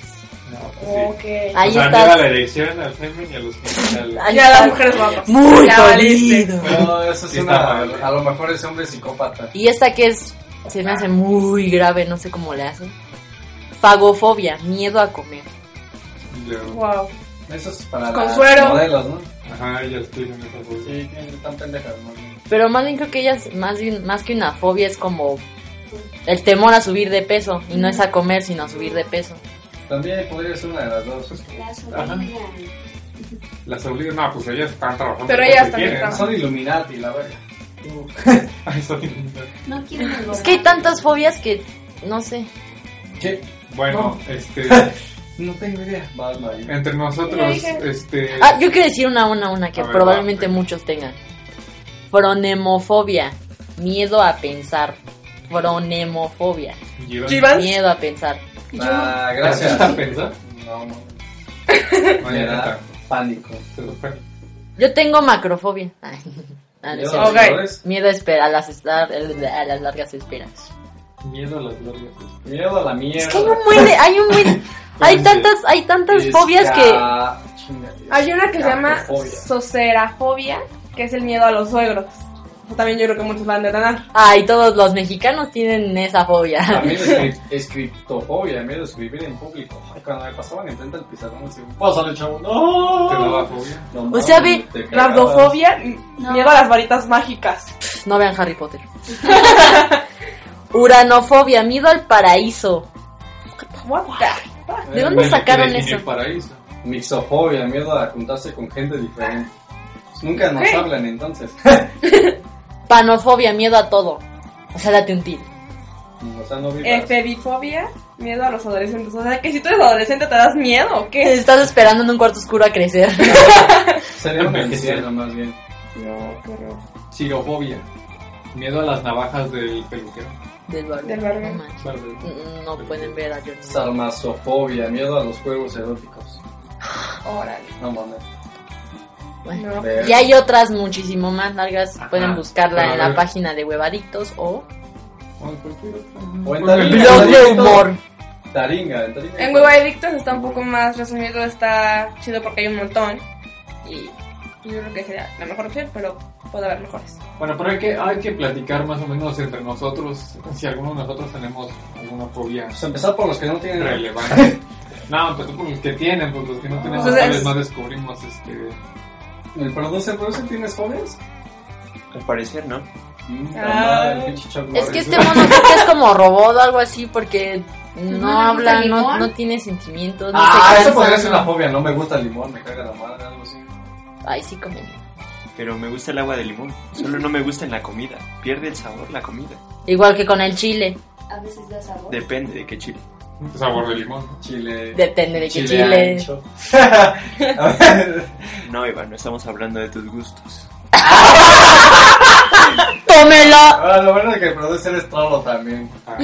Speaker 2: No, pues sí.
Speaker 5: Ok.
Speaker 3: Ahí
Speaker 2: o sea,
Speaker 3: estás.
Speaker 2: lleva la elección al semen y a los genitales.
Speaker 3: Ahí
Speaker 5: Ya las
Speaker 3: está.
Speaker 5: mujeres guapas.
Speaker 3: Muy
Speaker 5: ya valiste.
Speaker 3: jodido.
Speaker 1: No, eso es
Speaker 2: Sí
Speaker 1: una.
Speaker 2: está mal.
Speaker 1: A lo mejor ese hombre es psicópata.
Speaker 3: Y esta que es, se me hace muy grave, no sé cómo le hacen. Fagofobia, miedo a comer.
Speaker 2: Yo-
Speaker 5: Wow.
Speaker 1: Eso es para
Speaker 5: Con
Speaker 1: las
Speaker 5: suero.
Speaker 1: modelos, ¿no?
Speaker 2: Ajá, ya estoy en esa posición.
Speaker 1: Sí, tienen- están pendejas, ¿no?
Speaker 3: Pero más bien creo que ellas, más, bien- más que una fobia, es como el temor a subir de peso. Y no es a comer, sino a subir de peso.
Speaker 1: También podría ser una de las dos.
Speaker 2: Ajá. Las obligan, no, pues ellas están trabajando.
Speaker 5: Pero
Speaker 2: por
Speaker 5: ellas
Speaker 2: si
Speaker 5: también
Speaker 2: quieren,
Speaker 5: trabajan.
Speaker 1: Son Illuminati, la verga.
Speaker 2: ¿no? Ay, son-
Speaker 6: No quiero engordar.
Speaker 3: Es que hay tantas fobias que, no sé.
Speaker 1: ¿Qué?
Speaker 2: Bueno, este,
Speaker 1: No tengo idea. Vas, Mario.
Speaker 2: entre
Speaker 5: Ya
Speaker 2: nosotros,
Speaker 5: dije.
Speaker 2: este,
Speaker 3: Ah, yo quiero decir una, una, una que
Speaker 2: A ver,
Speaker 3: probablemente
Speaker 2: va,
Speaker 3: muchos tengan. Fronemofobia, miedo a pensar. Fronemofobia,
Speaker 2: llevan-
Speaker 5: Chivas.
Speaker 3: miedo a pensar.
Speaker 1: Ah,
Speaker 2: ¿Te
Speaker 1: gracias.
Speaker 2: asusta pensar?
Speaker 1: No, no.
Speaker 2: No, ya
Speaker 1: Me da
Speaker 2: está.
Speaker 1: pánico.
Speaker 2: Te lo-
Speaker 3: Yo tengo macrofobia. Ay. Ah, no
Speaker 1: Miedo a
Speaker 3: es cierto.
Speaker 1: los
Speaker 5: Ok.
Speaker 1: dolores,
Speaker 3: Miedo a, espera, a, las, estar- a las largas esperas.
Speaker 2: Miedo a las largas.
Speaker 1: Miedo a la
Speaker 3: Es
Speaker 1: mierda.
Speaker 3: que hay un buen... de- Hay, un buen, hay tantas, hay tantas fobias que...
Speaker 4: Hay una que se llama
Speaker 1: Fobia.
Speaker 4: socerafobia, que es el miedo a los suegros. Eso también yo creo que muchos van a detonar.
Speaker 3: Ay, todos los mexicanos tienen esa fobia.
Speaker 1: También escri- escriptofobia, miedo a escribir en público. Ay, cuando me pasaban enfrente al pizarrón, decía, pásale, chavo. No.
Speaker 2: Te daba fobia.
Speaker 1: No
Speaker 3: O
Speaker 1: mames,
Speaker 3: sea, ve,
Speaker 1: te cagabas.
Speaker 4: Gardofobia, miedo a las varitas mágicas.
Speaker 3: No vean Harry Potter. Uranofobia, miedo al paraíso.
Speaker 4: What the-
Speaker 3: ¿De
Speaker 2: Eh,
Speaker 3: dónde
Speaker 2: me
Speaker 3: sacaron
Speaker 2: quedé en
Speaker 3: eso?
Speaker 2: el paraíso.
Speaker 1: Mixofobia, miedo a juntarse con gente diferente. Nunca nos
Speaker 4: Ok.
Speaker 1: hablan entonces.
Speaker 3: Panofobia, miedo a todo. O sea, date un tiro.
Speaker 1: o sea, no vivas.
Speaker 4: Efebifobia, miedo a los adolescentes. O sea, que si tú eres adolescente te das miedo, ¿o qué?
Speaker 3: Estás esperando en un cuarto oscuro a crecer.
Speaker 1: Sería un
Speaker 2: Envejecer.
Speaker 1: infierno más bien.
Speaker 4: No, qué horror.
Speaker 2: Cirofobia. Miedo a las navajas del peluquero.
Speaker 3: Del barrio.
Speaker 4: Del barrio.
Speaker 3: No manches.
Speaker 2: Bárbaro.
Speaker 3: Mm, No pueden ver a Jordan.
Speaker 1: Sarmasofobia, miedo a los juegos eróticos.
Speaker 4: Órale.
Speaker 1: No mames.
Speaker 3: Bueno.
Speaker 4: No.
Speaker 1: Ver-
Speaker 3: Y hay otras muchísimo más largas.
Speaker 2: Ajá.
Speaker 3: Pueden buscarla
Speaker 2: Pero a
Speaker 3: en la
Speaker 2: ver.
Speaker 3: página de Huevaditos o
Speaker 2: Ay, cualquier otra.
Speaker 1: O en Taringa.
Speaker 3: blog de
Speaker 1: Huevaditos.
Speaker 3: humor.
Speaker 1: Taringa, en Taringa.
Speaker 4: En Huevo Adictos está un poco más resumido, está chido porque hay un montón. Y yo creo que sería la mejor opción, pero puede haber mejores.
Speaker 2: Bueno, pero hay que, hay que platicar más o menos entre nosotros si alguno de nosotros tenemos alguna fobia
Speaker 1: Pues empezar por los que no tienen.
Speaker 2: relevante. No, pues por los que tienen, pues los que no tenemos,
Speaker 4: Entonces-
Speaker 2: tal vez no descubrimos este.
Speaker 1: El producer, ¿producer tienes fobias?
Speaker 6: Al parecer, ¿no?
Speaker 1: Mm, la
Speaker 4: Ah.
Speaker 1: madre, el pinche Chuck
Speaker 3: Es
Speaker 1: Norris.
Speaker 3: que este mono creo que es como robot o algo así porque no,
Speaker 5: ¿No le gusta
Speaker 3: habla,
Speaker 5: el
Speaker 3: no,
Speaker 5: limón?
Speaker 3: no tiene sentimientos. No
Speaker 1: Ah,
Speaker 3: se
Speaker 1: eso
Speaker 3: cansa.
Speaker 1: podría ser una fobia. No me gusta el limón, me caga la madre, algo así.
Speaker 3: Ay, sí, como.
Speaker 6: Pero me gusta el agua de limón. Solo no me gusta en la comida. Pierde el sabor la comida.
Speaker 3: Igual que con el chile.
Speaker 5: A veces da sabor.
Speaker 6: Depende de qué chile.
Speaker 2: Sabor de limón. ¿no?
Speaker 1: Chile.
Speaker 3: Depende de qué chile.
Speaker 1: ancho. A ver,
Speaker 6: No, Iván, no estamos hablando de tus gustos.
Speaker 3: ¡Tómela!
Speaker 1: ah, lo bueno es que el producer es trolo también.
Speaker 2: Ah,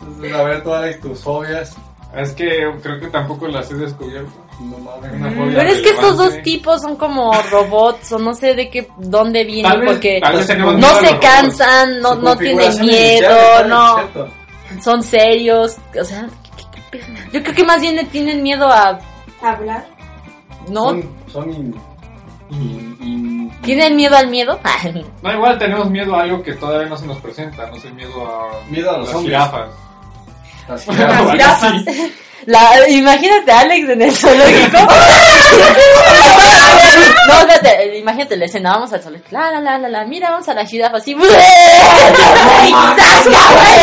Speaker 1: Entonces, a ver, todas las- tus fobias.
Speaker 2: es que creo que tampoco las he descubierto.
Speaker 1: No mames,
Speaker 2: Una
Speaker 1: una
Speaker 2: fobia.
Speaker 1: fobia.
Speaker 3: Mm, Pero es que estos dos
Speaker 2: relevante.
Speaker 3: tipos son como robots o no sé de qué, dónde
Speaker 2: Tal
Speaker 3: vienen
Speaker 2: vez,
Speaker 3: porque
Speaker 2: tal vez tenemos
Speaker 3: no
Speaker 2: miedo a los
Speaker 3: se
Speaker 2: robots.
Speaker 3: cansan, no,
Speaker 1: Su
Speaker 3: no tienen
Speaker 1: configuración inicial,
Speaker 3: miedo,
Speaker 1: ¿verdad?
Speaker 3: no.
Speaker 1: Es cierto.
Speaker 3: son serios, o sea, ¿qué- qué- qué pedo? yo creo que más bien le tienen miedo a,
Speaker 5: Hablar.
Speaker 3: ¿no?
Speaker 1: Son, son in- in- in-
Speaker 3: ¿Tienen miedo al miedo?
Speaker 2: No, igual tenemos miedo a algo que todavía no se nos presenta. No sé, miedo a.
Speaker 1: Miedo a los
Speaker 2: las
Speaker 1: zombies.
Speaker 2: jirafas.
Speaker 1: Las
Speaker 2: Algo
Speaker 1: jirafas.
Speaker 2: así.
Speaker 3: La, imagínate a Alex en el zoológico. no, espérate, eh, imagínate la escena, vamos al zoológico. La, la, la, la, la, mira, vamos a la jirafa así. ¡Sácame!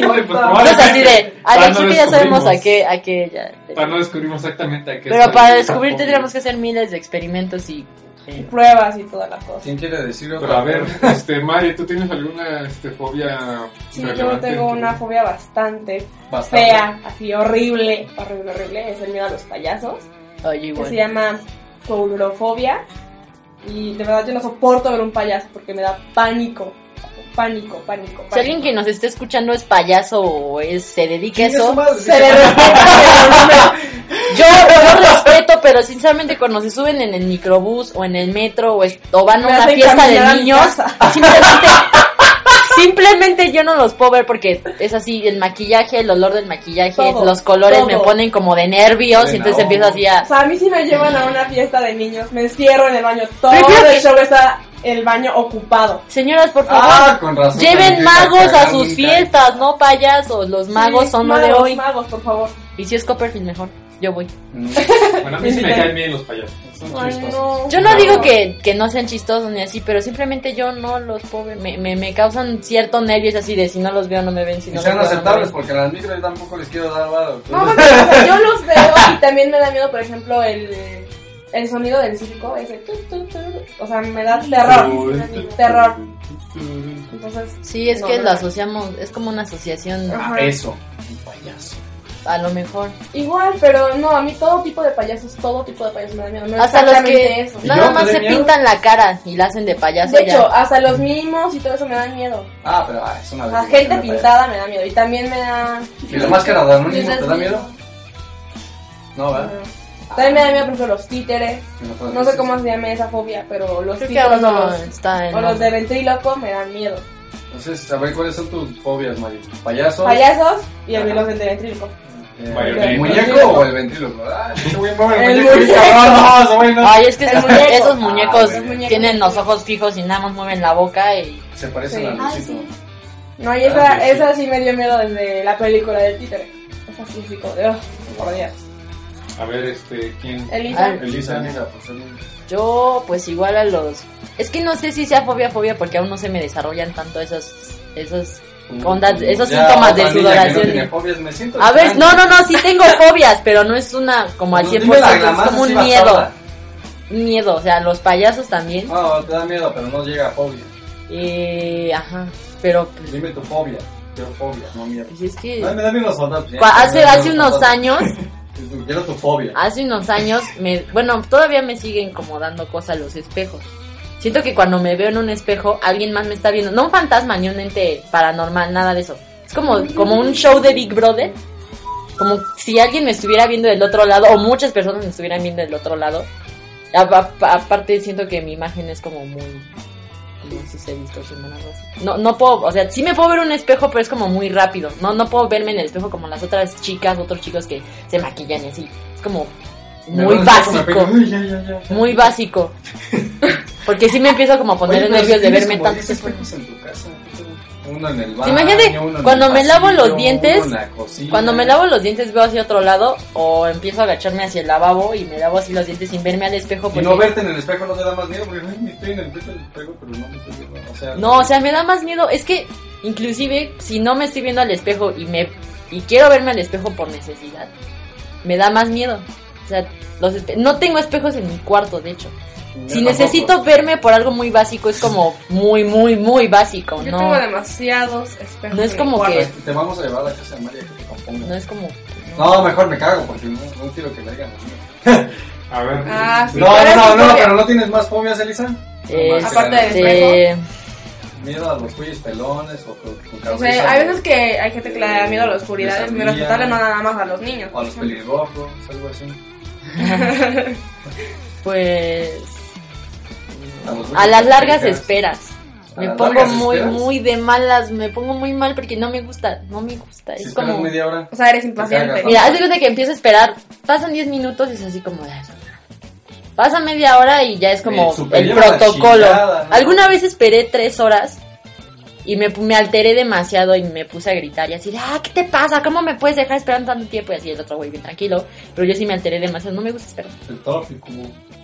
Speaker 3: ¡Sácame!
Speaker 2: Ay, pues,
Speaker 3: Ah, Entonces así de,
Speaker 2: probablemente,
Speaker 3: Alex,
Speaker 2: todavía
Speaker 3: creo
Speaker 2: no
Speaker 3: que ya sabemos a
Speaker 2: descubrimos.
Speaker 3: qué, a qué ya.
Speaker 2: Para no descubrimos exactamente a qué
Speaker 3: Pero
Speaker 2: está
Speaker 3: para
Speaker 2: el
Speaker 3: descubrir
Speaker 2: fobia.
Speaker 3: tendríamos que hacer miles de experimentos y... eh,
Speaker 4: Pruebas y toda la cosa.
Speaker 1: ¿Quién quiere decir
Speaker 2: Pero a ver, este, Mari, ¿tú tienes alguna este, fobia?
Speaker 4: Sí, yo
Speaker 2: relevante
Speaker 4: tengo
Speaker 2: en tu-
Speaker 4: una fobia bastante
Speaker 1: Bastante.
Speaker 4: fea, así horrible, horrible, horrible. Es el miedo a los payasos,
Speaker 3: oye,
Speaker 4: que
Speaker 3: igual.
Speaker 4: se llama coulrofobia. Y de verdad yo no soporto ver un payaso porque me da pánico. Pánico, pánico, pánico.
Speaker 3: Si alguien que nos esté escuchando es payaso o es, se dedica a
Speaker 1: Chingue su
Speaker 3: eso,
Speaker 1: madre.
Speaker 3: se le respeta, pero no me- yo, yo respeto, pero sinceramente cuando se suben en el microbús o en el metro o, es- o van a
Speaker 4: Me
Speaker 3: una
Speaker 4: hacen
Speaker 3: fiesta
Speaker 4: caminar a
Speaker 3: de
Speaker 4: mi
Speaker 3: niños,
Speaker 4: casa.
Speaker 3: simplemente, simplemente yo no los puedo ver porque es así, el maquillaje, el olor del maquillaje,
Speaker 4: Todo,
Speaker 3: los colores me
Speaker 4: todo.
Speaker 3: ponen como de nervios
Speaker 1: De
Speaker 3: y entonces
Speaker 1: no.
Speaker 3: empiezo así
Speaker 4: O
Speaker 3: a...
Speaker 4: sea, a mí si me llevan a una fiesta de niños, me encierro en el baño. Todo
Speaker 3: Prefiero
Speaker 4: el
Speaker 3: que-
Speaker 4: show está el baño ocupado.
Speaker 3: Señoras, por favor,
Speaker 1: Ah, con razón.
Speaker 3: lleven
Speaker 1: significa
Speaker 3: magos a
Speaker 1: cagar
Speaker 3: sus
Speaker 1: nunca.
Speaker 3: fiestas, no payasos, los magos
Speaker 4: Sí,
Speaker 3: son lo de
Speaker 4: magos,
Speaker 3: hoy.
Speaker 4: Magos, por favor.
Speaker 3: Y si es Copperfield mejor, yo voy.
Speaker 1: Mm,
Speaker 2: Bueno, a mí sí me caen bien los payasos.
Speaker 1: son
Speaker 4: Ay,
Speaker 1: chistosos.
Speaker 4: no.
Speaker 3: Yo no digo que, que no sean chistosos ni así, pero simplemente yo no los puedo ver. Me, me, me causan cierto nervios así de si no los veo no me ven, si
Speaker 1: Y
Speaker 3: no los
Speaker 1: sean
Speaker 3: veo, no me
Speaker 1: aceptables
Speaker 3: ven.
Speaker 1: porque a las micro yo tampoco les quiero dar varo.
Speaker 4: No,
Speaker 1: Entonces,
Speaker 4: porque, o sea, yo los veo y también me da miedo, por ejemplo, el, el sonido del circo, ese tu, tu, tu. O sea, me da terror. Terror. Mm. Entonces,
Speaker 3: Sí, es
Speaker 4: No,
Speaker 3: que
Speaker 4: no,
Speaker 3: lo
Speaker 4: no.
Speaker 3: asociamos, es como una asociación
Speaker 1: Ah,
Speaker 4: Ajá.
Speaker 1: eso. Un payaso.
Speaker 3: a lo mejor.
Speaker 4: igual, pero no, a mí todo tipo de payasos, todo tipo de payasos me da miedo. No
Speaker 3: Hasta los
Speaker 4: exactamente
Speaker 3: que
Speaker 4: eso.
Speaker 1: ¿Y
Speaker 3: nada
Speaker 1: yo?
Speaker 3: más
Speaker 1: ¿Te
Speaker 3: se
Speaker 1: da miedo?
Speaker 3: pintan la cara y la hacen de payaso.
Speaker 4: De
Speaker 3: ya.
Speaker 4: hecho, hasta los mimos y todo eso me da miedo.
Speaker 1: Ah, pero ah, es una
Speaker 4: O sea,
Speaker 1: desgracia,
Speaker 4: gente
Speaker 1: me parece.
Speaker 4: pintada me da miedo. Y también me da.
Speaker 1: ¿Y la máscara de Anónimo
Speaker 5: Les
Speaker 1: te
Speaker 5: das
Speaker 1: da
Speaker 5: miedo.
Speaker 1: miedo? No, ¿verdad?
Speaker 4: También me da miedo, por ejemplo, los títeres.
Speaker 1: No, puedo
Speaker 4: No sé
Speaker 1: decir.
Speaker 4: cómo se llama esa fobia, pero
Speaker 3: Creo
Speaker 4: los
Speaker 3: que
Speaker 4: títeres
Speaker 3: aún
Speaker 4: o
Speaker 3: no
Speaker 4: los,
Speaker 3: está en.
Speaker 4: o los de ventríloco me dan miedo.
Speaker 1: Entonces, a ver, ¿cuáles son tus fobias, Mario? ¿Payasos?
Speaker 4: Payasos y el
Speaker 1: Ajá.
Speaker 4: los de ventríloco.
Speaker 1: Eh,
Speaker 2: Marioneta.
Speaker 1: ¿El muñeco o el ventríloco? Ah,
Speaker 2: Ese güey mueve
Speaker 4: El
Speaker 2: el muñeco, bien cabrón, no, ese güey no.
Speaker 3: Ay, es que
Speaker 4: El
Speaker 3: esos,
Speaker 4: muñeco.
Speaker 3: esos muñecos
Speaker 1: Ah,
Speaker 4: bueno.
Speaker 3: tienen los ojos fijos y nada más mueven la boca y.
Speaker 1: se parecen
Speaker 4: Sí.
Speaker 1: a
Speaker 5: Ah,
Speaker 1: Luisito.
Speaker 5: sí.
Speaker 4: No, y esa,
Speaker 1: Ah, sí, sí.
Speaker 4: esa sí me dio miedo desde la película del títere. Esa sí, sí, como de, oh, por Dios.
Speaker 2: A ver, este, ¿quién?
Speaker 4: Elisa.
Speaker 3: Ay.
Speaker 1: Elisa, mira, pues también.
Speaker 3: Yo, pues igual a los. Es que no sé si sea fobia, fobia, porque aún no se me desarrollan tanto esos. esos... Ondas- esos
Speaker 1: Ya,
Speaker 3: síntomas de
Speaker 1: otra niña que
Speaker 3: sudoración.
Speaker 1: No tiene fobias, me siento
Speaker 3: A ver,
Speaker 1: extraño.
Speaker 3: no, no, no, sí tengo fobias, pero no es una como al
Speaker 1: No,
Speaker 3: 100%,
Speaker 1: dime la- la
Speaker 3: es
Speaker 1: más
Speaker 3: como un
Speaker 1: así
Speaker 3: miedo.
Speaker 1: bastarda.
Speaker 3: Miedo, o sea, los payasos también.
Speaker 1: No, te da miedo, pero no llega a fobia.
Speaker 3: Eh, ajá, pero pues,
Speaker 1: Dime tu fobia. Yo fobia, no miedo.
Speaker 3: pues, es que.
Speaker 1: Ay, me da miedo los soldados.
Speaker 3: Cu- Hace, hace unos años, Ah,
Speaker 1: Quiero tu fobia.
Speaker 3: hace unos años, me, bueno, todavía me siguen como dando cosas los espejos. Siento que cuando me veo en un espejo, alguien más me está viendo. No un fantasma ni un ente paranormal, nada de eso. Es como, como un show de Big Brother. Como si alguien me estuviera viendo del otro lado, o muchas personas me estuvieran viendo del otro lado. A- a- a- Aparte, siento que mi imagen es como muy. No sé si se distorsiona algo así. No, no puedo, o sea, sí me puedo ver en un espejo, pero es como muy rápido. No, no puedo verme en el espejo como las otras chicas, otros chicos que se maquillan y así. Es como
Speaker 1: Me
Speaker 3: muy
Speaker 1: veo en el espejo, me
Speaker 3: básico.
Speaker 1: pego, "Uy, ya, ya, ya, ya".
Speaker 3: Muy básico. Porque sí me empiezo como a poner
Speaker 1: Oye, pero
Speaker 3: nervios de
Speaker 1: tienes
Speaker 3: verme
Speaker 1: como
Speaker 3: tanto.
Speaker 1: 10 espejos en tu casa. Uno en el baño.
Speaker 3: Imagínate,
Speaker 1: uno en el
Speaker 3: cuando me lavo los
Speaker 1: pasillo,
Speaker 3: dientes,
Speaker 1: uno en la cocina.
Speaker 3: Cuando me lavo los dientes veo hacia otro lado o empiezo a agacharme hacia el lavabo y me lavo así los dientes sin verme al espejo.
Speaker 1: Y
Speaker 3: Porque...
Speaker 1: no verte en el espejo no te da más miedo porque "Ay, me estoy en el espejo, del espejo, pero no me estoy viendo. O sea,
Speaker 3: No, o sea, me da más miedo. Es que inclusive si no me estoy viendo al espejo y me y quiero verme al espejo por necesidad, me da más miedo. O sea, los espe- no tengo espejos en mi cuarto, de hecho.
Speaker 1: yo
Speaker 3: Si
Speaker 1: tampoco.
Speaker 3: necesito verme por algo muy básico, es como muy, muy, muy básico.
Speaker 4: Yo
Speaker 3: no,
Speaker 4: tengo demasiados espejos.
Speaker 3: No es
Speaker 4: en
Speaker 3: como
Speaker 4: mi cuarto.
Speaker 3: que-
Speaker 1: Ah, Te vamos a llevar a la casa de María que te componga.
Speaker 3: no es como...
Speaker 1: No, mejor me cago porque no, no quiero que me digan. los míos.
Speaker 2: A ver.
Speaker 4: Ah, sí.
Speaker 1: No,
Speaker 4: pero
Speaker 1: no,
Speaker 4: es
Speaker 1: no,
Speaker 4: tu
Speaker 1: no,
Speaker 4: fobia.
Speaker 1: pero no tienes más fobias, Elisa.
Speaker 3: eh,
Speaker 1: Nomás
Speaker 4: Aparte del
Speaker 1: que
Speaker 3: este,
Speaker 1: Miedo a los tuyos pelones o con, con
Speaker 4: O sea,
Speaker 1: cabeza,
Speaker 4: hay veces que hay gente que le da miedo a la oscuridad,
Speaker 1: Les
Speaker 4: es muy
Speaker 1: abría.
Speaker 4: respetable, no nada más a los niños.
Speaker 1: O a los pelirrojos, algo así.
Speaker 3: Pues...
Speaker 1: A, los
Speaker 3: A las largas
Speaker 1: chicas.
Speaker 3: esperas.
Speaker 1: ¿A
Speaker 3: Me
Speaker 1: las
Speaker 3: pongo
Speaker 1: largas
Speaker 3: muy,
Speaker 1: esperas?
Speaker 3: muy de malas, me pongo muy mal porque no me gusta, no me gusta.
Speaker 1: Si
Speaker 3: es
Speaker 1: esperas
Speaker 3: como...
Speaker 1: media hora.
Speaker 4: O sea, eres
Speaker 1: Te
Speaker 4: impaciente.
Speaker 1: cagas,
Speaker 3: Mira, haz de cuenta que empiezo a esperar, pasan 10 minutos y es así como... "Ay, no". Pasa media hora y ya es como
Speaker 1: Eh, superior
Speaker 3: el
Speaker 1: a la
Speaker 3: protocolo.
Speaker 1: chingada, ¿no?
Speaker 3: Alguna vez esperé 3 horas y me, me alteré demasiado y me puse a gritar y así, ah, ¿qué te pasa? ¿Cómo me puedes dejar esperando tanto tiempo? Y así el otro güey bien tranquilo, pero yo sí me alteré demasiado, no me gusta esperar.
Speaker 1: El trópico.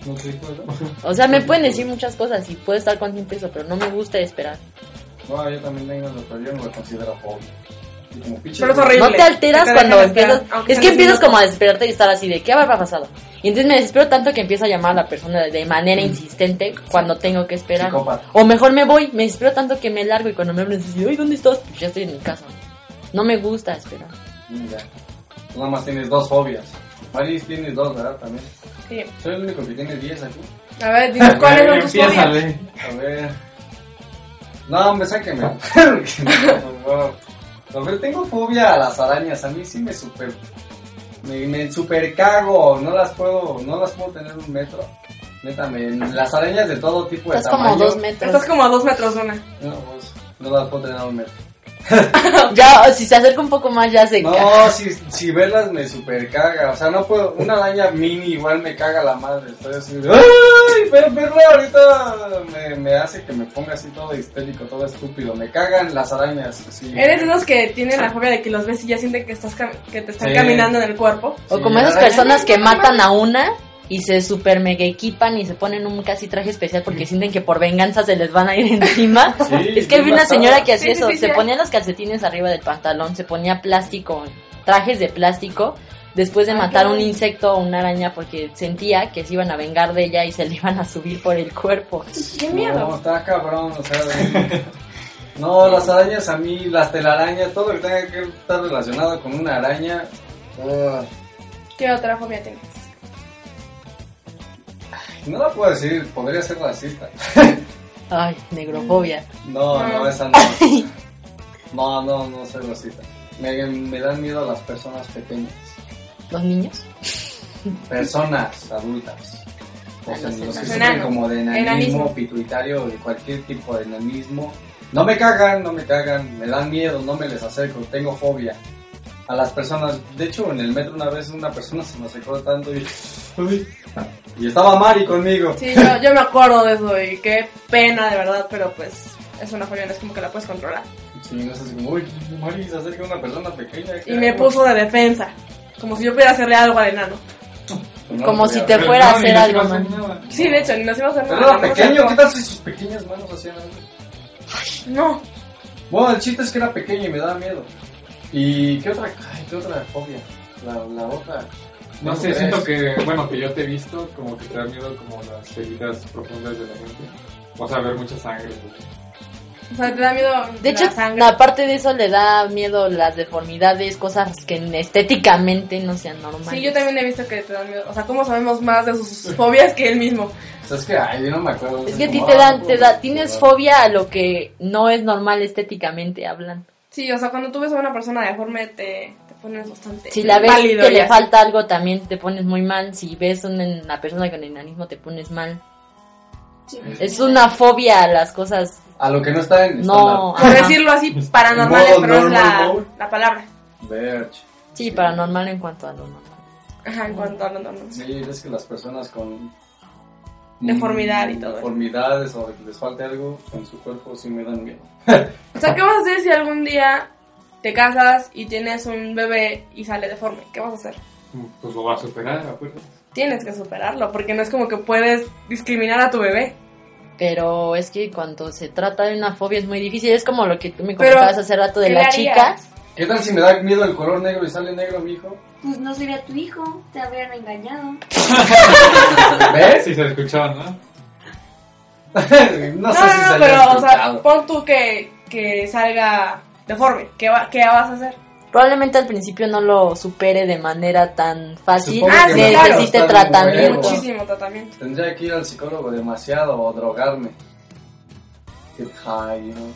Speaker 1: No sé cuál.
Speaker 3: O sea, me pueden decir muchas cosas y puedo estar consciente de eso, pero no me gusta esperar.
Speaker 1: No, yo también tengo lo pero yo no lo considero fobia. Y como pinche-
Speaker 4: Pero es horrible.
Speaker 3: No te alteras
Speaker 4: Que te
Speaker 3: cuando
Speaker 4: dejen
Speaker 3: empiezas.
Speaker 4: esperar, aunque
Speaker 3: Es que
Speaker 4: sea diez
Speaker 3: empiezas
Speaker 4: minutos.
Speaker 3: como a desesperarte y estar así de qué habrá pasado. Y entonces me desespero tanto que empiezo a llamar a la persona de
Speaker 4: Mm.
Speaker 3: manera insistente cuando tengo que esperar.
Speaker 1: Psicópata.
Speaker 3: O mejor me voy, me desespero tanto que me largo y cuando me hablan dices, ay, ¿dónde estás? Pues ya estoy en mi casa. No me gusta esperar.
Speaker 1: mm, Ya. Tú nada más tienes dos fobias. Maris tienes dos, ¿verdad? También.
Speaker 4: Sí.
Speaker 1: Soy el único que tiene diez aquí.
Speaker 4: A ver, dime cuáles son tus fobias.
Speaker 2: Empiézale.
Speaker 1: A ver. No, hombre, sáqueme. No, wow. A ver, tengo fobia a las arañas. A mí sí me super. Me, me super cago. No las puedo. No las puedo tener un metro. Neta, me- las arañas de todo tipo de
Speaker 3: Estás
Speaker 1: tamaño.
Speaker 3: como dos
Speaker 4: Pues Estás
Speaker 3: metros.
Speaker 4: como a dos metros de una.
Speaker 1: No, pues, no las puedo tener un metro.
Speaker 3: Ya, si se acerca un poco más, ya se ca-
Speaker 1: No, si, si verlas me super caga. O sea, no puedo. Una araña mini igual me caga la madre. Estoy así. de, ¡Ay! Ver, verla ahorita me, me hace que me ponga así todo histérico, todo estúpido. Me cagan las arañas. así.
Speaker 4: Eres de esos que tienen la fobia de que los ves y ya sienten que, estás cam- que te están
Speaker 1: Sí.
Speaker 4: caminando en el cuerpo.
Speaker 3: O
Speaker 1: Sí,
Speaker 3: como esas
Speaker 1: araña.
Speaker 3: personas que matan a una. Y se super mega equipan y se ponen un casi traje especial porque sienten que por venganza se les van a ir encima.
Speaker 1: Sí,
Speaker 3: Es que
Speaker 1: bien
Speaker 3: vi una
Speaker 1: basada.
Speaker 3: señora que
Speaker 4: Sí,
Speaker 3: hacía
Speaker 4: sí,
Speaker 3: eso,
Speaker 4: sí,
Speaker 3: se
Speaker 4: sí.
Speaker 3: ponía los calcetines arriba del pantalón, se ponía plástico, trajes de plástico, después de
Speaker 4: Ah,
Speaker 3: matar
Speaker 4: claro.
Speaker 3: un insecto o una araña porque sentía que se iban a vengar de ella y se le iban a subir por el cuerpo.
Speaker 4: ¡Qué miedo!
Speaker 1: No, está cabrón, o sea. de- No, las arañas a mí, las telarañas, todo lo que tenga que estar relacionado con una araña. ah,
Speaker 4: ¿Qué otra fobia tienes?
Speaker 1: no la puedo decir, podría ser racista.
Speaker 3: Ay, negrofobia.
Speaker 1: No, no,
Speaker 4: Ah.
Speaker 1: esa no. No, no, no soy racista. Me, me dan miedo las personas pequeñas.
Speaker 3: ¿Los niños?
Speaker 1: personas adultas. O sea, los que sufren
Speaker 4: Enanos.
Speaker 1: como de enanismo,
Speaker 4: Enanismo.
Speaker 1: pituitario, de cualquier tipo de enanismo. No me cagan, no me cagan, me dan miedo, no me les acerco, tengo fobia. A las personas, de hecho en el metro una vez una persona se me acercó tanto y... Uy. Y estaba Mari conmigo.
Speaker 4: Sí, yo, yo me acuerdo de eso y qué pena de verdad, pero pues es una fobia, no es como que la puedes controlar.
Speaker 1: Sí, no sé, así como, uy, Mari se acerca una persona pequeña. ¿qué
Speaker 4: Y me
Speaker 1: hago?
Speaker 4: puso de defensa, como si yo pudiera hacerle algo al enano.
Speaker 1: Pues No,
Speaker 3: Como
Speaker 1: no
Speaker 3: si
Speaker 1: podía
Speaker 3: te
Speaker 1: ver.
Speaker 3: fuera a
Speaker 2: No,
Speaker 3: hacer
Speaker 2: y no
Speaker 3: algo,
Speaker 2: pasa
Speaker 3: man.
Speaker 2: nada.
Speaker 4: Sí, de hecho, ni nos íbamos a hacer
Speaker 1: Pero
Speaker 4: nada,
Speaker 1: era
Speaker 4: no nos
Speaker 1: Ah, pequeño, ¿qué
Speaker 4: acercó.
Speaker 1: tal si sus pequeñas manos hacían algo?
Speaker 4: No,
Speaker 1: Bueno, el chiste es que era pequeño y me daba miedo. ¿Y qué otra, ay, qué otra fobia? La, la otra. pues,
Speaker 2: No sé,
Speaker 1: crees.
Speaker 2: siento que, bueno, que yo te he visto como que te da miedo como las heridas profundas de la gente. O sea, ver mucha sangre.
Speaker 4: o sea, te da miedo
Speaker 3: De
Speaker 4: la
Speaker 3: hecho,
Speaker 4: sangre.
Speaker 3: aparte de eso, le da miedo las deformidades, cosas que estéticamente no sean normales.
Speaker 4: Sí, yo también he visto que te dan miedo. O sea, ¿cómo sabemos más de sus fobias que él mismo?
Speaker 1: O sea, es que, ay, yo no me acuerdo.
Speaker 3: Es que a ti
Speaker 1: como,
Speaker 3: te
Speaker 1: ah,
Speaker 3: dan,
Speaker 1: no,
Speaker 3: te
Speaker 1: no,
Speaker 3: da, tienes
Speaker 1: no.
Speaker 3: fobia a lo que no es normal estéticamente hablando.
Speaker 4: Sí, o sea, cuando tú ves a una persona deforme te, te pones bastante
Speaker 3: Si la ves
Speaker 4: pálido
Speaker 3: que
Speaker 4: y
Speaker 3: le
Speaker 4: así.
Speaker 3: falta algo también te pones muy mal. Si ves una, una persona con enanismo te pones mal. Es una fobia a las cosas.
Speaker 1: A lo que no está en.
Speaker 3: No.
Speaker 4: Por
Speaker 3: ajá.
Speaker 4: decirlo así, paranormales,
Speaker 1: Pues, Modo
Speaker 4: pero no es
Speaker 1: normal
Speaker 4: la,
Speaker 1: mode.
Speaker 4: la palabra.
Speaker 1: Verge.
Speaker 3: Sí, paranormal en cuanto a lo normal.
Speaker 4: Ajá, en cuanto a lo normal.
Speaker 1: Sí, es que las personas con.
Speaker 4: Deformidad y
Speaker 1: mm,
Speaker 4: todo eso.
Speaker 1: Deformidades o que les falte algo en su cuerpo sí me dan miedo.
Speaker 4: O sea, ¿qué vas a hacer si algún día te casas y tienes un bebé y sale deforme? ¿Qué vas a hacer?
Speaker 2: Pues lo va a superar, acuerdas?
Speaker 4: Tienes que superarlo, porque no es como que puedes discriminar a tu bebé.
Speaker 3: Pero es que cuando se trata de una fobia es muy difícil. Es como lo que tú me
Speaker 4: Pero,
Speaker 3: comentabas hace rato de
Speaker 4: ¿qué
Speaker 3: la
Speaker 4: le
Speaker 3: chica.
Speaker 4: harías?
Speaker 1: ¿Qué tal si me da miedo el color negro y sale negro mi hijo?
Speaker 5: Pues no sería tu hijo, te habrían engañado.
Speaker 1: ¿Ves?
Speaker 2: Sí, se escuchaba, ¿no?
Speaker 1: no
Speaker 4: No,
Speaker 1: sé si
Speaker 4: no, no,
Speaker 1: se
Speaker 4: pero,
Speaker 1: haya
Speaker 4: o sea,
Speaker 1: escuchado.
Speaker 4: pon tú que, que salga deforme. ¿Qué, va, ¿Qué vas a hacer?
Speaker 3: Probablemente al principio no lo supere de manera tan fácil.
Speaker 1: Supongo
Speaker 4: Ah,
Speaker 1: que
Speaker 4: sí,
Speaker 1: me va a
Speaker 4: claro.
Speaker 3: Necesite
Speaker 1: costar un
Speaker 3: tratamiento.
Speaker 1: huevo.
Speaker 4: Muchísimo tratamiento.
Speaker 1: Tendría que ir al psicólogo demasiado o drogarme. Get high, you know.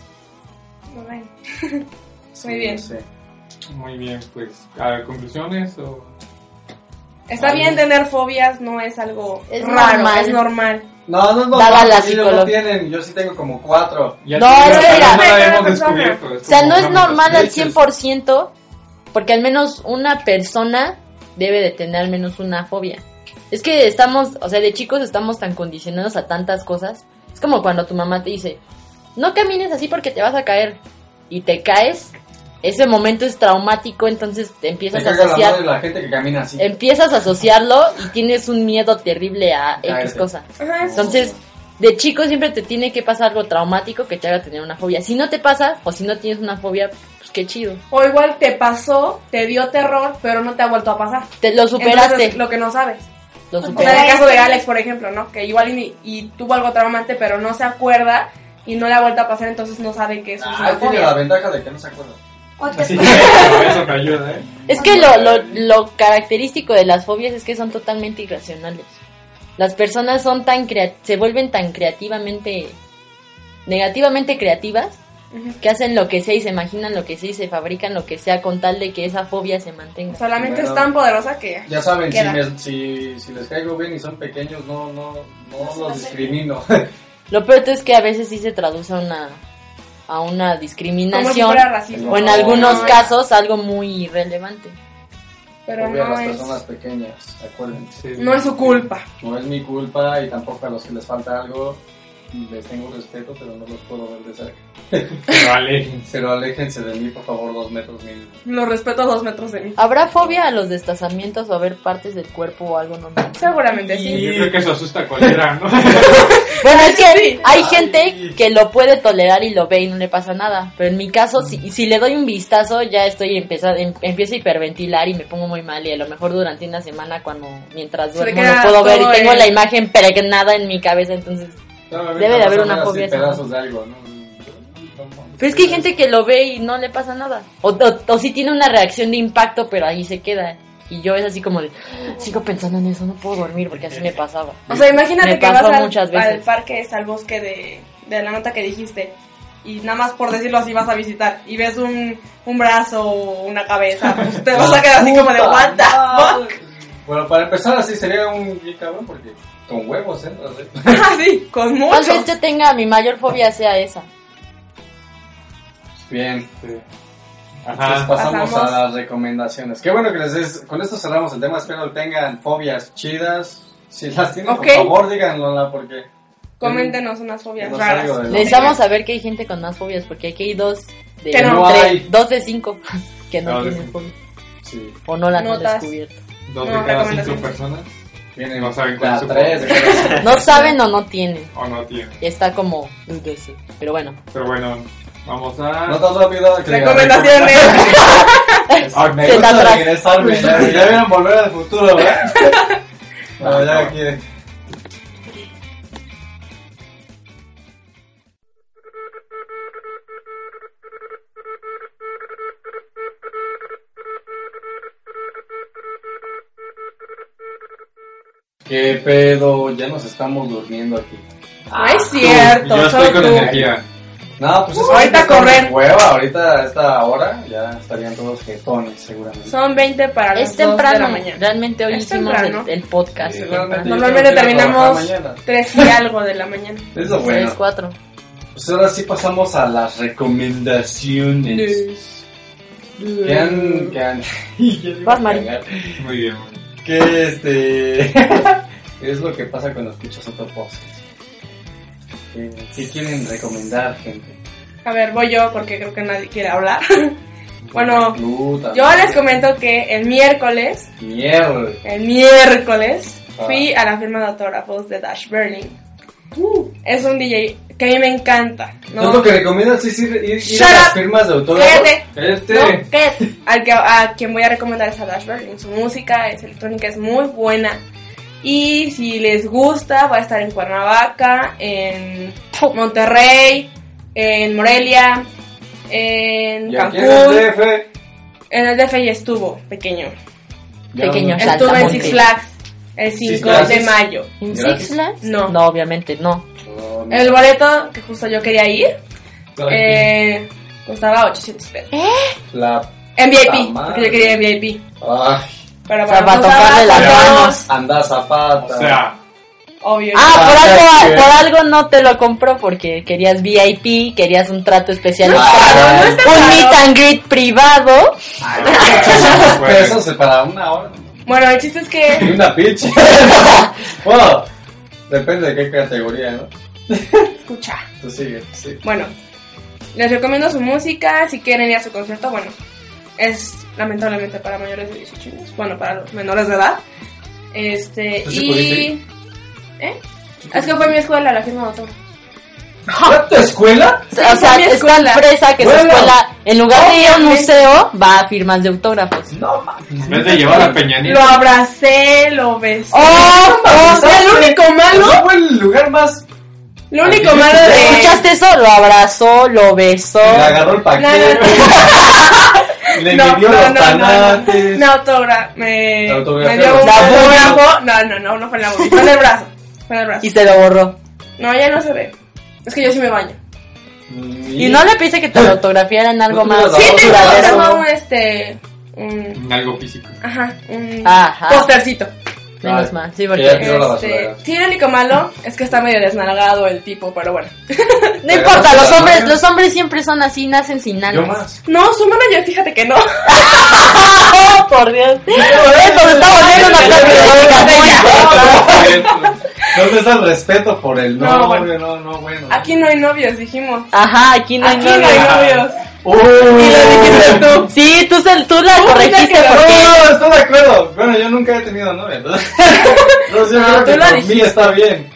Speaker 4: No ven.
Speaker 1: Sí,
Speaker 4: Muy bien.
Speaker 1: no sé.
Speaker 2: Muy bien, pues, a ver, conclusiones o...
Speaker 4: Está
Speaker 1: Ay.
Speaker 4: bien tener fobias, no es algo
Speaker 3: Es
Speaker 4: raro,
Speaker 3: normal.
Speaker 4: es normal.
Speaker 1: No, no, no.
Speaker 3: Daba
Speaker 1: no,
Speaker 3: la
Speaker 1: sí, luego
Speaker 3: psicóloga.
Speaker 1: tienen, yo sí tengo como cuatro.
Speaker 2: Ya
Speaker 3: No,
Speaker 2: te-
Speaker 3: es
Speaker 2: ya
Speaker 3: que
Speaker 2: tal vez
Speaker 4: mira,
Speaker 2: no la hemos
Speaker 4: cada persona.
Speaker 2: descubierto.
Speaker 3: O sea, no es normal al
Speaker 2: cien
Speaker 3: 100%, porque al menos una persona debe de tener al menos una fobia. Es que estamos, o sea, de chicos estamos tan condicionados a tantas cosas. Es como cuando tu mamá te dice, no camines así porque te vas a caer. Y te caes, ese momento es traumático, entonces te
Speaker 1: Te
Speaker 3: empiezas a
Speaker 1: caga la madre
Speaker 3: asociar.
Speaker 1: la gente que camina así.
Speaker 3: Empiezas a asociarlo y tienes un miedo terrible a X
Speaker 1: Caerte.
Speaker 3: cosa.
Speaker 4: Ajá, es-
Speaker 3: Entonces, de chico siempre te tiene que pasar algo traumático que te haga tener una fobia. Si no te pasa, o si no tienes una fobia, pues qué chido.
Speaker 4: O igual te pasó, te dio terror, pero no te ha vuelto a pasar.
Speaker 3: Te lo superaste.
Speaker 4: Entonces, lo que no sabes.
Speaker 3: lo
Speaker 4: O sea, en
Speaker 3: superaste.
Speaker 4: el caso de Alex, por ejemplo, ¿no? Que igual y, y tuvo algo traumante, pero no se acuerda y no le ha vuelto a pasar, entonces no sabe que eso es
Speaker 1: Ah,
Speaker 4: una
Speaker 1: tiene la
Speaker 4: fobia.
Speaker 1: ventaja de que no se acuerda.
Speaker 5: O te
Speaker 2: Sí, eso me ayuda, ¿eh?
Speaker 3: Es que lo, lo,
Speaker 1: Eh,
Speaker 3: lo característico de las fobias es que son totalmente irracionales. Las personas son tan crea- se vuelven tan creativamente, negativamente creativas,
Speaker 4: Ujú.
Speaker 3: que hacen lo que sea y se imaginan lo que sea y se fabrican lo que sea con tal de que esa fobia se mantenga.
Speaker 4: Solamente
Speaker 1: Bueno.
Speaker 4: es tan poderosa que...
Speaker 1: Ya saben, si,
Speaker 4: Queda.
Speaker 1: me- si, si les caigo bien y son pequeños, no, no, no
Speaker 5: se
Speaker 1: los
Speaker 5: pasen.
Speaker 1: discrimino.
Speaker 3: Lo peor es que a veces sí se traduce a una, a una
Speaker 4: Como si
Speaker 3: discriminación.
Speaker 4: fuera racismo.
Speaker 3: o en
Speaker 1: No,
Speaker 3: algunos
Speaker 1: no.
Speaker 3: casos algo muy irrelevante.
Speaker 4: Pero
Speaker 1: Obvio a
Speaker 4: no
Speaker 1: las
Speaker 4: es,
Speaker 1: personas pequeñas, acuérdense.
Speaker 2: Sí.
Speaker 4: no es su culpa.
Speaker 1: No es mi culpa y tampoco a los que les falta algo les tengo respeto, pero no los puedo ver de cerca.
Speaker 2: Vale.
Speaker 1: Pero aléjense de mí, por favor, dos metros mínimo.
Speaker 4: Lo respeto a dos metros de mí.
Speaker 3: ¿Habrá fobia a los destazamientos o a ver partes del cuerpo o algo normal?
Speaker 4: Seguramente sí.
Speaker 2: Yo creo que eso asusta a cualquiera, ¿no?
Speaker 3: Bueno, es que
Speaker 4: Sí.
Speaker 3: hay
Speaker 1: Ay.
Speaker 3: gente que lo puede tolerar y lo ve y no le pasa nada. Pero en mi caso, si, si le doy un vistazo, ya estoy empezando, em, empiezo a hiperventilar y me pongo muy mal. Y a lo mejor durante una semana, cuando mientras
Speaker 4: Se
Speaker 3: duermo,
Speaker 4: queda
Speaker 3: no puedo ver y
Speaker 4: todo
Speaker 3: tengo
Speaker 4: el-
Speaker 3: la imagen pregnada en mi cabeza. Entonces, Debe de haber una
Speaker 1: copia
Speaker 3: fobia, ¿no?
Speaker 1: pedazos de algo, ¿no?
Speaker 3: pero es que hay gente que lo ve y no le pasa nada. pues, O, o, si tiene una reacción de impacto, pero ahí se queda. Y yo es así como de, "Ah, sigo pensando en eso, no puedo dormir porque así me pasaba.
Speaker 4: O sea, imagínate
Speaker 3: Me
Speaker 4: que vas
Speaker 3: pasó
Speaker 4: al,
Speaker 3: muchas veces.
Speaker 4: al parque, es al bosque de, de la nota que dijiste. Y nada más por decirlo así vas a visitar. Y ves un, un brazo o una cabeza. pues, te vas a quedar así como de, what the fuck.
Speaker 1: Bueno, para empezar así sería un bien cabrón porque con huevos, ¿eh?
Speaker 4: Ah, sí, con
Speaker 3: Tal
Speaker 4: mucho.
Speaker 3: vez yo tenga mi mayor fobia sea esa.
Speaker 1: Bien.
Speaker 2: Sí.
Speaker 1: Entonces
Speaker 2: Ajá.
Speaker 1: pasamos,
Speaker 4: Pasamos.
Speaker 1: a las recomendaciones. Qué bueno que les des, con esto cerramos el tema, espero tengan fobias chidas. Si las tienen,
Speaker 4: Ok.
Speaker 1: por favor díganlo, porque
Speaker 4: Coméntenos unas fobias
Speaker 1: No
Speaker 4: raras.
Speaker 1: salgo de-
Speaker 3: Necesitamos saber que hay gente con más fobias, porque aquí hay dos de,
Speaker 4: Que no
Speaker 3: tres-
Speaker 1: hay.
Speaker 3: dos de cinco que no,
Speaker 2: No, de
Speaker 3: tienen
Speaker 2: cinco.
Speaker 3: fobias.
Speaker 1: sí,
Speaker 3: O no las han
Speaker 4: Notas.
Speaker 3: descubierto.
Speaker 2: Dos de
Speaker 4: No,
Speaker 2: cada cinco
Speaker 4: recomendación.
Speaker 2: personas
Speaker 1: vienen
Speaker 2: No saben cuál
Speaker 1: la
Speaker 2: es su
Speaker 1: tres.
Speaker 2: fobia.
Speaker 1: creo.
Speaker 3: No saben o no tienen.
Speaker 2: o no tienen.
Speaker 3: Está como... dudoso. Pero bueno.
Speaker 2: Pero bueno, vamos a.
Speaker 1: No tan rápido que digan,
Speaker 4: Recomendaciones.
Speaker 1: Ah, me
Speaker 3: Se está
Speaker 1: gusta
Speaker 3: atrás.
Speaker 1: regresarme. Ya, ya vieron volver al futuro, ¿verdad? No, ya aquí. ¿Qué pedo? Ya nos estamos durmiendo aquí.
Speaker 4: No es
Speaker 2: Yo
Speaker 4: cierto,
Speaker 2: estoy
Speaker 4: solo
Speaker 2: con
Speaker 4: tú.
Speaker 2: energía.
Speaker 1: No, pues es
Speaker 4: Ahorita
Speaker 1: que está
Speaker 4: correr.
Speaker 1: de Hueva, ahorita a esta hora ya estarían todos jetones seguramente.
Speaker 4: Son 20 para
Speaker 3: Es
Speaker 4: las 2 de la
Speaker 3: temprano.
Speaker 4: mañana.
Speaker 3: Realmente hoy
Speaker 4: Es
Speaker 3: hicimos
Speaker 4: temprano.
Speaker 3: el, el podcast.
Speaker 1: Sí,
Speaker 3: temprano.
Speaker 1: realmente.
Speaker 4: Eh, Normalmente
Speaker 1: Yo quiero
Speaker 4: terminamos
Speaker 1: trabajar mañana.
Speaker 4: 3 y algo de la mañana.
Speaker 1: Es lo bueno.
Speaker 3: Tres, cuatro.
Speaker 1: Pues ahora sí pasamos a las recomendaciones. Que han. Que han. ya digo
Speaker 3: Vas, Mari.
Speaker 1: cagar.
Speaker 2: Muy bien. muy bien.
Speaker 1: Que este. es lo que pasa cuando escuchas otro podcast. ¿Qué, qué quieren recomendar, gente?
Speaker 4: A ver, voy yo porque creo que nadie quiere hablar. bueno,
Speaker 1: Puta
Speaker 4: yo
Speaker 1: madre.
Speaker 4: les comento que el miércoles,
Speaker 1: Mierda.
Speaker 4: el miércoles,
Speaker 2: Ah.
Speaker 4: fui a la firma de autógrafos de Dash Burning.
Speaker 2: Uh.
Speaker 4: Es un DJ que a mí me encanta,
Speaker 1: ¿No es lo
Speaker 4: ¿no?
Speaker 1: que recomiendas? Es ir, ir- ir
Speaker 4: Shut
Speaker 1: a las
Speaker 4: up.
Speaker 1: firmas de Este, autógrafos.
Speaker 4: Cállate.
Speaker 1: Cállate.
Speaker 4: No, ¿qué? Al que, a quien voy a recomendar es a Dash Berlin. Su música es electrónica, es muy buena. Y si les gusta, va a estar en Cuernavaca, en Monterrey, en Morelia, en
Speaker 1: Y aquí en el
Speaker 4: Cancún.
Speaker 1: DF.
Speaker 4: En el DF ya estuvo, pequeño.
Speaker 1: ya-
Speaker 3: Pequeño. Salta,
Speaker 4: Estuvo en
Speaker 3: Monterrey.
Speaker 4: Six Flags el 5 de
Speaker 1: gracias.
Speaker 4: mayo.
Speaker 3: ¿En
Speaker 1: Gracias.
Speaker 3: Six Flags?
Speaker 4: No.
Speaker 3: No, obviamente no.
Speaker 1: No, no.
Speaker 4: El boleto que justo yo quería ir
Speaker 1: Tranquilo.
Speaker 4: eh, costaba 800 pesos.
Speaker 3: Eh.
Speaker 1: La. ah.
Speaker 4: En VIP,
Speaker 1: Puta madre.
Speaker 4: porque yo quería en VIP.
Speaker 1: Ay,
Speaker 4: Pero
Speaker 3: O sea,
Speaker 4: para
Speaker 3: para tocarle las manos.
Speaker 1: anda
Speaker 2: O
Speaker 1: zapata.
Speaker 2: sea,
Speaker 4: Obvio.
Speaker 3: Ah, por
Speaker 1: Ah, es que-
Speaker 3: algo, por algo no te lo compró porque querías VIP, querías un trato especial.
Speaker 1: Ah,
Speaker 4: no está
Speaker 3: un
Speaker 4: caro.
Speaker 3: meet and greet privado.
Speaker 2: bueno,
Speaker 1: pesos para una hora
Speaker 4: Bueno, el chiste es
Speaker 1: y
Speaker 4: que.
Speaker 1: una pinche. bueno, depende de qué categoría, ¿no?
Speaker 4: Escucha.
Speaker 1: Tú sigue, tú sigue.
Speaker 4: Bueno, les recomiendo su música. Si quieren ir a su concierto, bueno, es lamentablemente para mayores de 18 años. Bueno, para los menores de edad. Este,
Speaker 1: ¿Tú sí pudiste
Speaker 4: y.
Speaker 1: ir?
Speaker 4: ¿Eh? Es que fue mi escuela la firma de autógrafos.
Speaker 1: ¿A tu escuela?
Speaker 3: O sea,
Speaker 4: Sí, fue mi
Speaker 3: es tan
Speaker 4: escuela.
Speaker 3: fresa que su
Speaker 1: Bueno.
Speaker 3: escuela, en lugar de ir a un
Speaker 4: Obviamente.
Speaker 3: museo, va a firmas de autógrafos.
Speaker 1: No mames.
Speaker 2: en vez de llevar a Peña
Speaker 4: Lo
Speaker 2: Nieto,
Speaker 4: abracé, lo besé.
Speaker 3: ¡Oh!
Speaker 4: O sea, lo único malo,
Speaker 1: ¿No fue el lugar más?
Speaker 4: lo único malo de.
Speaker 3: ¿Escuchaste eso? Lo abrazó, lo besó.
Speaker 1: Le agarró el paquete. Le
Speaker 4: No,
Speaker 1: midió
Speaker 4: no,
Speaker 1: los
Speaker 4: no, no,
Speaker 1: tanates.
Speaker 4: Me autógrafo, me,
Speaker 1: Te autografió.
Speaker 4: me dio
Speaker 3: La
Speaker 4: un
Speaker 3: boca.
Speaker 4: autógrafo. No, no, no, no fue en la boca, fue en el brazo. Fue en el brazo.
Speaker 3: Y se lo borró.
Speaker 4: No, ya no se ve. Es que yo sí me baño.
Speaker 1: Mm,
Speaker 3: Y no le pide que te lo autografiaran
Speaker 1: No
Speaker 3: algo más.
Speaker 1: te lo
Speaker 4: Sí,
Speaker 1: Vamos
Speaker 4: tengo,
Speaker 1: a
Speaker 3: natural.
Speaker 1: ver,
Speaker 4: tengo
Speaker 1: ¿no?
Speaker 4: un este. Un,
Speaker 2: algo físico.
Speaker 4: ajá, un
Speaker 3: Ajá.
Speaker 4: postercito.
Speaker 3: Menos mal, sí,
Speaker 1: Ya,
Speaker 3: porque...
Speaker 1: tiró la basura,
Speaker 4: Este,
Speaker 1: ya.
Speaker 4: sí, lo único malo es que está medio desnalgado el tipo, pero bueno.
Speaker 3: No importa, los hombres, los hombres siempre son así, nacen sin nada.
Speaker 1: Yo más.
Speaker 4: No, súmalo yo, fíjate que no.
Speaker 3: ¡Oh, por Dios! Por eso me está volviendo una tarde
Speaker 1: No te da el respeto por el
Speaker 4: No,
Speaker 1: no,
Speaker 4: bueno.
Speaker 1: bueno. no, no, bueno.
Speaker 4: Aquí no hay novios, dijimos.
Speaker 3: Ajá, aquí no hay
Speaker 4: Aquí no hay novios.
Speaker 1: ¡Uy!
Speaker 4: dijiste tú.
Speaker 3: novio. Sí, tú, se- tú la corregiste
Speaker 4: mira que
Speaker 3: porque...
Speaker 1: Oh. No, estoy de acuerdo. Bueno, yo nunca he tenido novia, entonces. No, sé,
Speaker 4: No,
Speaker 1: creo que
Speaker 4: Ah, tú la
Speaker 1: por
Speaker 4: dijiste.
Speaker 1: mí está bien.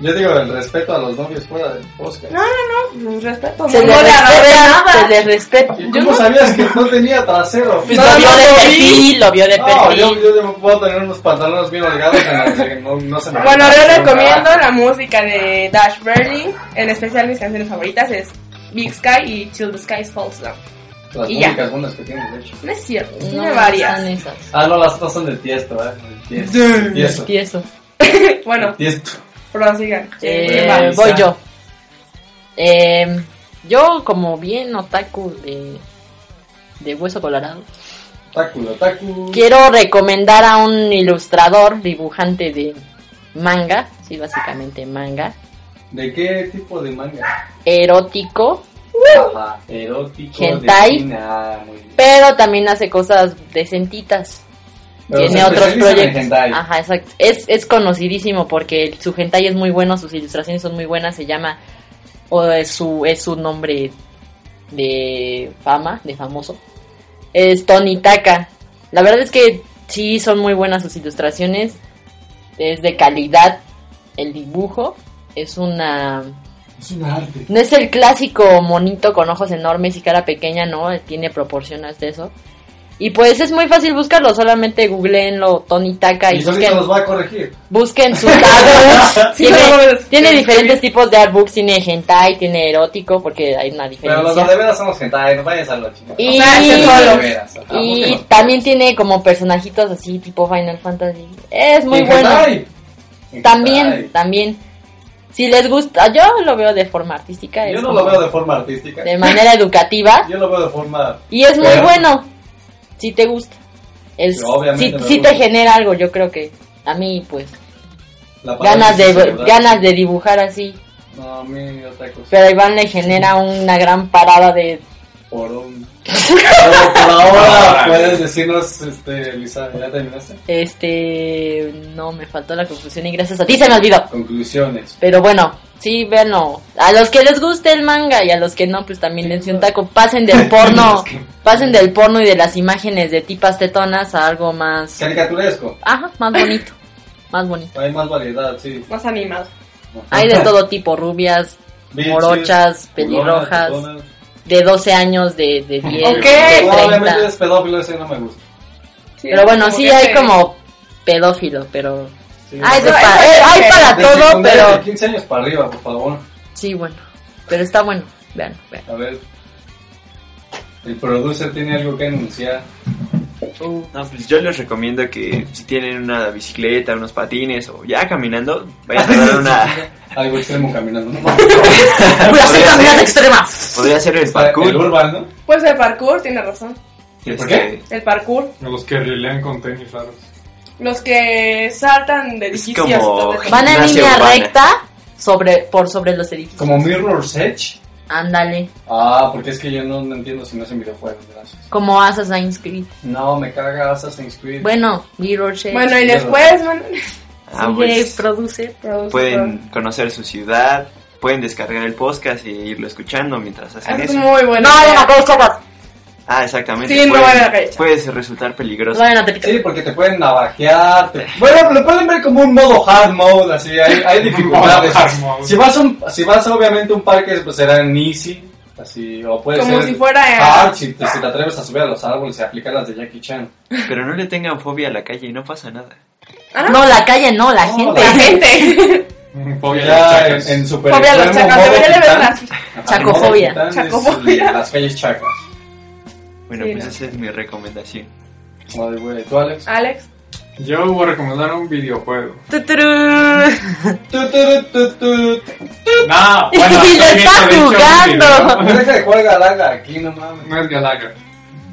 Speaker 1: Yo digo el respeto a los novios fuera del Oscar.
Speaker 4: No, no, no, pues, respeto.
Speaker 3: Se
Speaker 4: no,
Speaker 3: le
Speaker 4: no le agarré
Speaker 3: respeta, se
Speaker 4: nada.
Speaker 3: le respeta.
Speaker 1: ¿Y cómo sabías que no tenía trasero?
Speaker 3: Pues
Speaker 4: No,
Speaker 3: lo vio
Speaker 4: no
Speaker 3: de
Speaker 4: lo vi.
Speaker 3: perfil, lo vio de
Speaker 1: No,
Speaker 3: perfil.
Speaker 1: yo, yo, yo puedo tener unos pantalones bien holgados en los que no, no se me
Speaker 4: Bueno, yo recomiendo la música de Dash Burning. En especial mis canciones favoritas es Big Sky y Till the Sky Falls Down.
Speaker 1: Las
Speaker 4: y ya.
Speaker 1: únicas buenas que tienes, de hecho.
Speaker 4: No es cierto,
Speaker 3: No
Speaker 4: tiene
Speaker 3: me
Speaker 4: varias.
Speaker 3: gustan esas.
Speaker 1: Ah, no, las otras son de tiesto, ¿eh? De tiesto. Tiesto.
Speaker 3: Empiezo.
Speaker 4: Bueno,
Speaker 1: Tiesto.
Speaker 4: prosigan.
Speaker 3: Eh,
Speaker 1: Bueno,
Speaker 3: voy
Speaker 1: ya.
Speaker 3: yo. Em, Eh, yo como bien otaku de, de hueso colorado,
Speaker 1: Taku, lo taku.
Speaker 3: Quiero recomendar a un ilustrador, dibujante de manga, sí, básicamente manga,
Speaker 1: ¿De qué tipo de manga?
Speaker 3: erótico,
Speaker 1: Ajá, erótico. de
Speaker 3: Hentai.
Speaker 1: China, muy bien.
Speaker 3: pero también hace cosas decentitas.
Speaker 1: Pero se
Speaker 3: Tiene otros
Speaker 1: especializan en
Speaker 3: proyectos.
Speaker 1: hentai.
Speaker 3: Ajá, exacto. Es, es conocidísimo porque su hentai es muy bueno, sus ilustraciones son muy buenas, se llama, o es su, es su nombre de fama, de famoso. Es Tony Taka. La verdad es que sí son muy buenas sus ilustraciones. Es de calidad el dibujo. Es una
Speaker 2: Es un arte.
Speaker 3: no es el clásico monito con ojos enormes y cara pequeña, no, tiene proporciones de eso. Y pues es muy fácil buscarlo, solamente googleenlo Tony Taka y
Speaker 1: Y solito
Speaker 3: busquen,
Speaker 1: los va a corregir.
Speaker 3: busquen sus artbooks.
Speaker 4: Sí,
Speaker 3: tiene,
Speaker 4: no mames.
Speaker 3: tiene
Speaker 4: Sí,
Speaker 3: diferentes tipos de artbooks, tiene hentai, tiene erótico, porque hay una
Speaker 1: Pero los
Speaker 3: diferencia.
Speaker 1: de veras somos hentai, no vayas a lo chino.
Speaker 3: Y-
Speaker 1: O sea, este solo. De veras, ajá,
Speaker 3: y
Speaker 1: búsquenlo.
Speaker 3: también tiene como personajitos así tipo Final Fantasy. Es muy
Speaker 1: Y
Speaker 3: bueno.
Speaker 1: hentai.
Speaker 3: También,
Speaker 1: Hentai.
Speaker 3: también. Si les gusta, yo lo veo de forma artística, es
Speaker 1: Yo no
Speaker 3: como
Speaker 1: lo veo de forma artística.
Speaker 3: de manera educativa.
Speaker 1: Yo lo veo de forma.
Speaker 3: Y es muy
Speaker 1: Pero-
Speaker 3: bueno. Si te gusta. Es,
Speaker 1: Pero obviamente
Speaker 3: si,
Speaker 1: me
Speaker 3: si
Speaker 1: gusta.
Speaker 3: te genera algo, yo creo que a mí pues
Speaker 1: La palabra
Speaker 3: ganas de
Speaker 1: es verdad.
Speaker 3: ganas de dibujar así,
Speaker 1: No, a mí otra cosa.
Speaker 3: pero a Iván le genera una gran parada de
Speaker 1: Por un. Pero por ahora
Speaker 6: Ahora.
Speaker 1: puedes decirnos, este, Lisa, ¿ya terminaste?
Speaker 3: este no me faltó la conclusión y gracias a ti se me olvidó.
Speaker 1: Conclusiones.
Speaker 3: Pero bueno, sí, véanlo. A los que les guste el manga y a los que no, pues también dense un taco. Pasen del porno, pasen del porno y de las imágenes de tipas tetonas a algo más,
Speaker 1: Caricaturesco.
Speaker 3: ajá, más bonito, más bonito.
Speaker 1: Hay más variedad, sí.
Speaker 4: Más animado.
Speaker 3: Hay de todo tipo, rubias,
Speaker 1: Bitches,
Speaker 3: morochas,
Speaker 1: culonas,
Speaker 3: pelirrojas,
Speaker 1: tetonas.
Speaker 3: de 12 años, de, de 10,
Speaker 4: Ok.
Speaker 3: de
Speaker 1: Probablemente
Speaker 3: 30.
Speaker 1: es pedófilo, ese no me gusta.
Speaker 4: Sí,
Speaker 3: Pero bueno,
Speaker 4: como
Speaker 3: sí
Speaker 4: que
Speaker 3: hay
Speaker 4: se-
Speaker 3: como pedófilo, pero...
Speaker 1: Sí,
Speaker 3: Ah,
Speaker 1: no
Speaker 3: es
Speaker 1: sé.
Speaker 3: de
Speaker 4: Eso-
Speaker 3: pa-
Speaker 4: eso
Speaker 3: eh, hay
Speaker 4: depende.
Speaker 3: para
Speaker 1: De
Speaker 3: todo,
Speaker 1: secundaria de
Speaker 3: pero...
Speaker 1: 15 años para arriba, por favor.
Speaker 3: Sí, bueno, pero está bueno. Vean, vean.
Speaker 1: A ver. El producer tiene algo que anunciar.
Speaker 6: No, pues yo les recomiendo que si tienen una bicicleta, unos patines o ya caminando, vayan a dar una...
Speaker 1: Algo extremo caminando. ¿no?
Speaker 3: Voy a hacer
Speaker 6: Podría
Speaker 3: caminata
Speaker 6: ser-
Speaker 3: extrema.
Speaker 6: Podría ser el
Speaker 1: Está el
Speaker 6: parkour.
Speaker 1: urban, ¿no?
Speaker 4: Pues el parkour tiene razón.
Speaker 1: ¿Y por
Speaker 6: Este,
Speaker 1: qué?
Speaker 4: El parkour.
Speaker 2: Los que rilean con tenis raros.
Speaker 4: Los que saltan de
Speaker 6: Es
Speaker 4: edificios.
Speaker 6: como-
Speaker 4: todo eso.
Speaker 3: Van en
Speaker 6: Gimnasia
Speaker 3: línea
Speaker 6: urbana.
Speaker 3: recta sobre por sobre los edificios.
Speaker 1: Como Mirror's Edge.
Speaker 3: Ándale,
Speaker 1: Ah, porque es que yo no, no entiendo si no es en videojuegos, gracias.
Speaker 3: como Assassin's Creed.
Speaker 1: No, me caga Assassin's Creed.
Speaker 3: Bueno, Mirror's Edge.
Speaker 4: Bueno, y después, man,
Speaker 6: Ah,
Speaker 3: Sigue,
Speaker 6: pues,
Speaker 3: produce.
Speaker 4: produce-
Speaker 6: pueden conocer su ciudad, pueden descargar el podcast y irlo escuchando mientras hacen
Speaker 4: Es
Speaker 6: eso.
Speaker 4: muy bueno.
Speaker 3: No, vayan a Coach Cobra.
Speaker 6: Ah, exactamente.
Speaker 4: Sí, no
Speaker 6: pueden-
Speaker 4: vayan a la calle.
Speaker 6: Puede resultar peligroso.
Speaker 3: Vayan a Tepic.
Speaker 1: Sí, porque te pueden navajear. te- Bueno, lo pueden ver como un modo hard mode, así, hay, hay dificultades.
Speaker 2: Modo hard mode.
Speaker 1: si, vas a un, si vas obviamente a un parque, pues será en easy, así, o puede
Speaker 4: Como
Speaker 1: ser Ah,
Speaker 4: si fuera.
Speaker 1: hard, si te, si te atreves a subir a los árboles y aplicar las de Jackie Chan.
Speaker 6: Pero no le tengan fobia a la calle y no pasa nada.
Speaker 4: Ah,
Speaker 3: No, la calle no, la
Speaker 1: No,
Speaker 3: gente.
Speaker 4: La gente.
Speaker 2: Fobia
Speaker 1: ya
Speaker 2: a
Speaker 1: en,
Speaker 2: los chacas.
Speaker 1: en super
Speaker 4: Pobre a los
Speaker 1: extremo,
Speaker 4: chacas.
Speaker 1: modo
Speaker 4: Debería de
Speaker 1: titán.
Speaker 4: verlas.
Speaker 1: Ajá, modo
Speaker 3: Chacofobia.
Speaker 1: titán es
Speaker 4: Chacofobia.
Speaker 1: el- las calles chacas.
Speaker 6: Bueno,
Speaker 4: Sí,
Speaker 6: pues
Speaker 4: no.
Speaker 6: esa es mi recomendación.
Speaker 1: Ay, güey, ¿tú, Alex?
Speaker 4: Alex.
Speaker 2: Yo voy a recomendar un videojuego.
Speaker 3: Tuturú.
Speaker 1: Tu, tu, tu, tu, tu.
Speaker 2: No,
Speaker 3: Y lo
Speaker 2: estoy bien
Speaker 3: está
Speaker 2: convencido,
Speaker 3: jugando.
Speaker 1: No deja de jugar Galaga aquí, no mames.
Speaker 2: No es Galaga.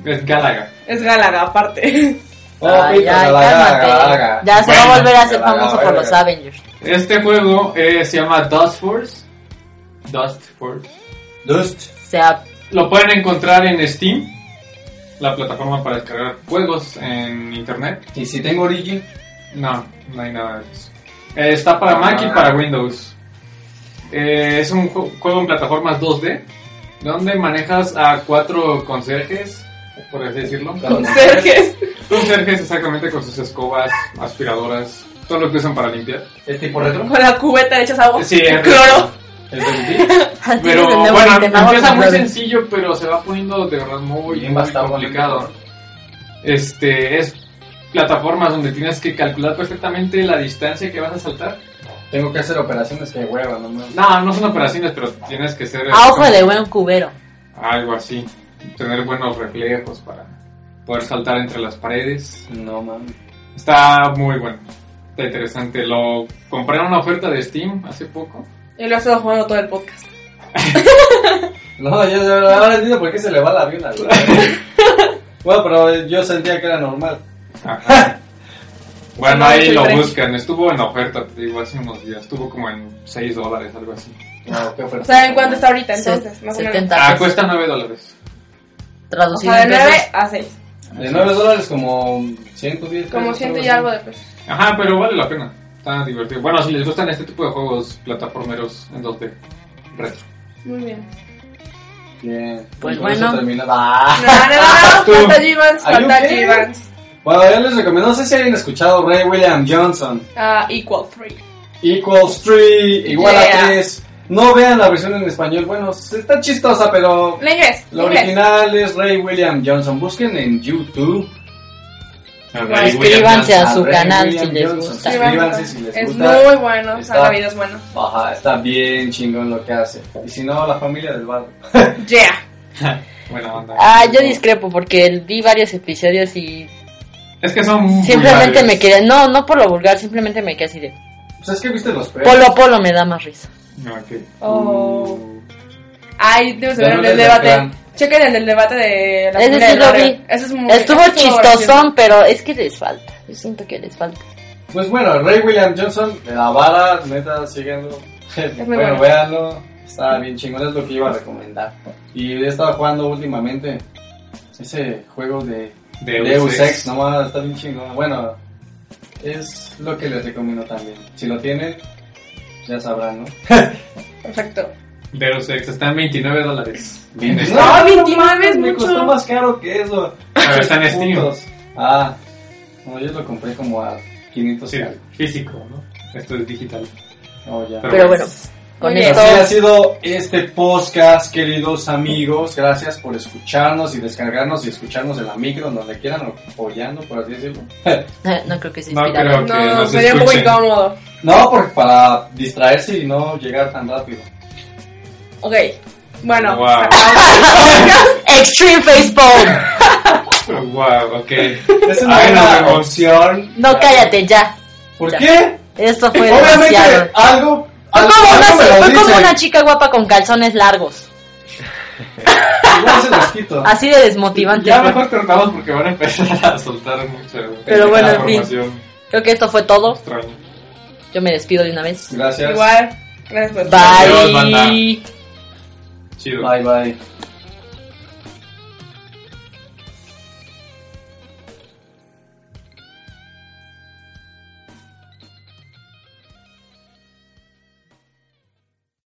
Speaker 2: Es Galaga.
Speaker 4: Es Gálaga, aparte.
Speaker 3: Ay,
Speaker 1: pito,
Speaker 3: ay, cálmate. Ya se va a
Speaker 2: Bueno,
Speaker 3: volver a ser
Speaker 1: Galaga,
Speaker 3: famoso por
Speaker 1: verga.
Speaker 3: los Avengers.
Speaker 2: Este juego eh, se llama Dust Force. Dust Force.
Speaker 1: Dust.
Speaker 3: O sea,
Speaker 2: Lo pueden encontrar en Steam, la plataforma para descargar juegos en internet.
Speaker 1: ¿Y si tengo Origin?
Speaker 2: No, no hay nada de eso. Eh, está
Speaker 1: Ah.
Speaker 2: para Mac y para Windows. Eh, es un ju- juego en plataformas 2D, donde manejas a cuatro conserjes, por así decirlo.
Speaker 4: Sergio.
Speaker 2: Conserjes exactamente con sus escobas, aspiradoras, todo lo que usan para limpiar.
Speaker 1: ¿Es tipo retro?
Speaker 4: Con la cubeta le echas agua.
Speaker 2: Sí, es
Speaker 4: Cloro.
Speaker 1: ¿Es de ti?
Speaker 3: tienes
Speaker 2: Pero
Speaker 3: de nuevo
Speaker 2: bueno,
Speaker 3: el tema,
Speaker 2: empieza
Speaker 3: vamos
Speaker 2: muy
Speaker 3: a hablar.
Speaker 2: sencillo, pero se va poniendo de verdad muy,
Speaker 1: Bien
Speaker 2: muy
Speaker 1: bastante
Speaker 2: complicado. Este es plataformas donde tienes que calcular perfectamente la distancia que vas a saltar.
Speaker 1: Tengo que hacer operaciones que hueva, no mames.
Speaker 2: No, no son operaciones, pero tienes que ser
Speaker 3: A Ah, ojo de buen cubero.
Speaker 2: algo así, tener buenos reflejos para poder saltar entre las paredes.
Speaker 1: No mames.
Speaker 2: Está muy bueno, está interesante. Lo compré en una oferta de Steam hace poco.
Speaker 4: Y lo he estado jugando todo el podcast.
Speaker 1: No, yo yo ahora entiendo por qué se le va la vida, güey. Bueno, pero yo sentía que era normal.
Speaker 2: Ajá. Bueno,
Speaker 4: No,
Speaker 2: ahí
Speaker 4: soy
Speaker 2: lo
Speaker 4: French.
Speaker 2: buscan. Estuvo en oferta, te digo, hace unos días. Estuvo como en 6 dólares, algo así.
Speaker 1: No, qué oferta.
Speaker 4: ¿Saben cuánto está ahorita
Speaker 3: Se-
Speaker 4: entonces? Más o menos.
Speaker 3: 70
Speaker 2: Ah,
Speaker 3: pesos.
Speaker 2: cuesta 9 dólares.
Speaker 4: O
Speaker 3: Traducido
Speaker 4: sea, de
Speaker 3: en
Speaker 4: 9
Speaker 3: pesos.
Speaker 4: a 6.
Speaker 1: De 9 dólares como 110
Speaker 4: Como
Speaker 1: pesos,
Speaker 4: 100 y
Speaker 1: así.
Speaker 4: algo de pesos.
Speaker 2: Ajá, pero vale la pena. Está divertido. Bueno, si les gustan este tipo de juegos plataformeros en 2D, retro.
Speaker 4: Muy bien.
Speaker 1: Bien.
Speaker 3: Pues
Speaker 1: Y con eso
Speaker 3: bueno.
Speaker 1: termina- Ah.
Speaker 4: No, no, no,
Speaker 2: Tú.
Speaker 4: no, falta G-Vans,
Speaker 1: Are you
Speaker 4: falta
Speaker 1: okay?
Speaker 4: G-Vans.
Speaker 1: Bueno, yo les recomiendo, no sé si hayan escuchado Ray William Johnson.
Speaker 4: Ah, Equal 3.
Speaker 1: Equals 3, igual
Speaker 4: Yeah.
Speaker 1: a 3. No vean la versión en español, bueno, está chistosa, pero
Speaker 4: En inglés, en
Speaker 1: la
Speaker 4: inglés.
Speaker 1: original es Ray William Johnson. Busquen en YouTube.
Speaker 3: Suscríbanse a su
Speaker 1: Ray
Speaker 3: canal si
Speaker 1: William
Speaker 3: les
Speaker 1: Johnson.
Speaker 3: gusta.
Speaker 1: Sí, Suscríbanse si les
Speaker 4: es
Speaker 1: gusta.
Speaker 4: muy bueno, o sea,
Speaker 1: Está.
Speaker 4: la vida es buena.
Speaker 1: Ajá, está bien chingón lo que hace. Y si no, la familia del barrio.
Speaker 4: Yeah.
Speaker 2: Buena onda.
Speaker 3: Ah, yo discrepo porque vi varios episodios y
Speaker 2: Es que son. muy
Speaker 3: simplemente
Speaker 2: varios.
Speaker 3: me quedé, no, no por lo vulgar, simplemente me quedé así de
Speaker 1: Pues es que viste los perros.
Speaker 3: polo polo me da más risa.
Speaker 2: No, Ah, ok.
Speaker 4: Oh. Ay, Dios mío,
Speaker 1: Darles
Speaker 4: el
Speaker 1: la
Speaker 4: debate.
Speaker 1: gran.
Speaker 4: Chequen el del debate de la
Speaker 3: Ese
Speaker 4: familia
Speaker 3: sí
Speaker 4: del
Speaker 3: lo
Speaker 4: barrio.
Speaker 3: vi.
Speaker 4: Ese es muy
Speaker 3: Estuvo
Speaker 4: ese gracioso.
Speaker 3: chistosón, pero es que les falta. Yo siento que les falta.
Speaker 1: Pues bueno, Ray William Johnson, de la vara, neta, síganlo. Bueno,
Speaker 4: muy bueno.
Speaker 1: véanlo. Está bien chingón, es lo que iba a recomendar. Y he estado jugando últimamente ese juego de
Speaker 2: Deus
Speaker 1: Deus
Speaker 2: Ex.
Speaker 1: Ex, no mames, está bien chingón. Bueno, es lo que les recomiendo también. Si lo tienen, ya sabrán, ¿no?
Speaker 4: Perfecto.
Speaker 2: Deus Ex está en 29 dólares. Este,
Speaker 1: Bien.
Speaker 2: En
Speaker 4: Ah, No,
Speaker 2: Steam.
Speaker 4: 29 es
Speaker 1: Me costó
Speaker 4: mucho.
Speaker 1: más caro que eso.
Speaker 2: Pero está en Steam.
Speaker 1: Puntos. Ah, no, yo lo compré como a 500
Speaker 2: Sí,
Speaker 1: y algo.
Speaker 2: físico, ¿no? Esto es digital.
Speaker 1: No, Oh, ya.
Speaker 3: Pero bueno, con
Speaker 4: Muy
Speaker 1: Y
Speaker 4: bien.
Speaker 3: esto
Speaker 1: Así ha sido este podcast, queridos amigos. Gracias por escucharnos y descargarnos y escucharnos en la micro, en donde quieran, o apoyando, por así decirlo.
Speaker 3: eh, no creo que se
Speaker 2: No creo.
Speaker 3: inspirado.
Speaker 2: que
Speaker 4: No,
Speaker 2: nos
Speaker 4: sería un poco
Speaker 2: escuchen.
Speaker 4: incómodo.
Speaker 1: No, porque para distraerse y no llegar tan rápido.
Speaker 4: Ok, bueno.
Speaker 2: Wow.
Speaker 3: Extreme Facebook.
Speaker 2: Wow, ok.
Speaker 1: Es una
Speaker 2: Ay, no,
Speaker 1: buena
Speaker 2: no.
Speaker 1: opción.
Speaker 3: No cállate ya.
Speaker 1: ¿Por
Speaker 3: Ya.
Speaker 1: qué?
Speaker 3: Esto fue
Speaker 1: Obviamente,
Speaker 3: demasiado.
Speaker 1: algo.
Speaker 3: Fue
Speaker 1: algo-
Speaker 3: como, una,
Speaker 1: algo me lo
Speaker 3: fue como
Speaker 1: dicen.
Speaker 3: una chica guapa con calzones largos.
Speaker 1: Igual se los quito.
Speaker 3: Así de desmotivante.
Speaker 2: Ya
Speaker 3: fue.
Speaker 2: mejor cortamos porque van a empezar a soltar mucha
Speaker 3: Pero bueno, en fin.
Speaker 2: información
Speaker 3: Creo que esto fue todo.
Speaker 2: extraña.
Speaker 3: Yo me despido de una vez.
Speaker 1: Gracias.
Speaker 4: Igual. Gracias por
Speaker 3: Bye.
Speaker 2: Adiós, banda. Chido.
Speaker 1: Bye, bye.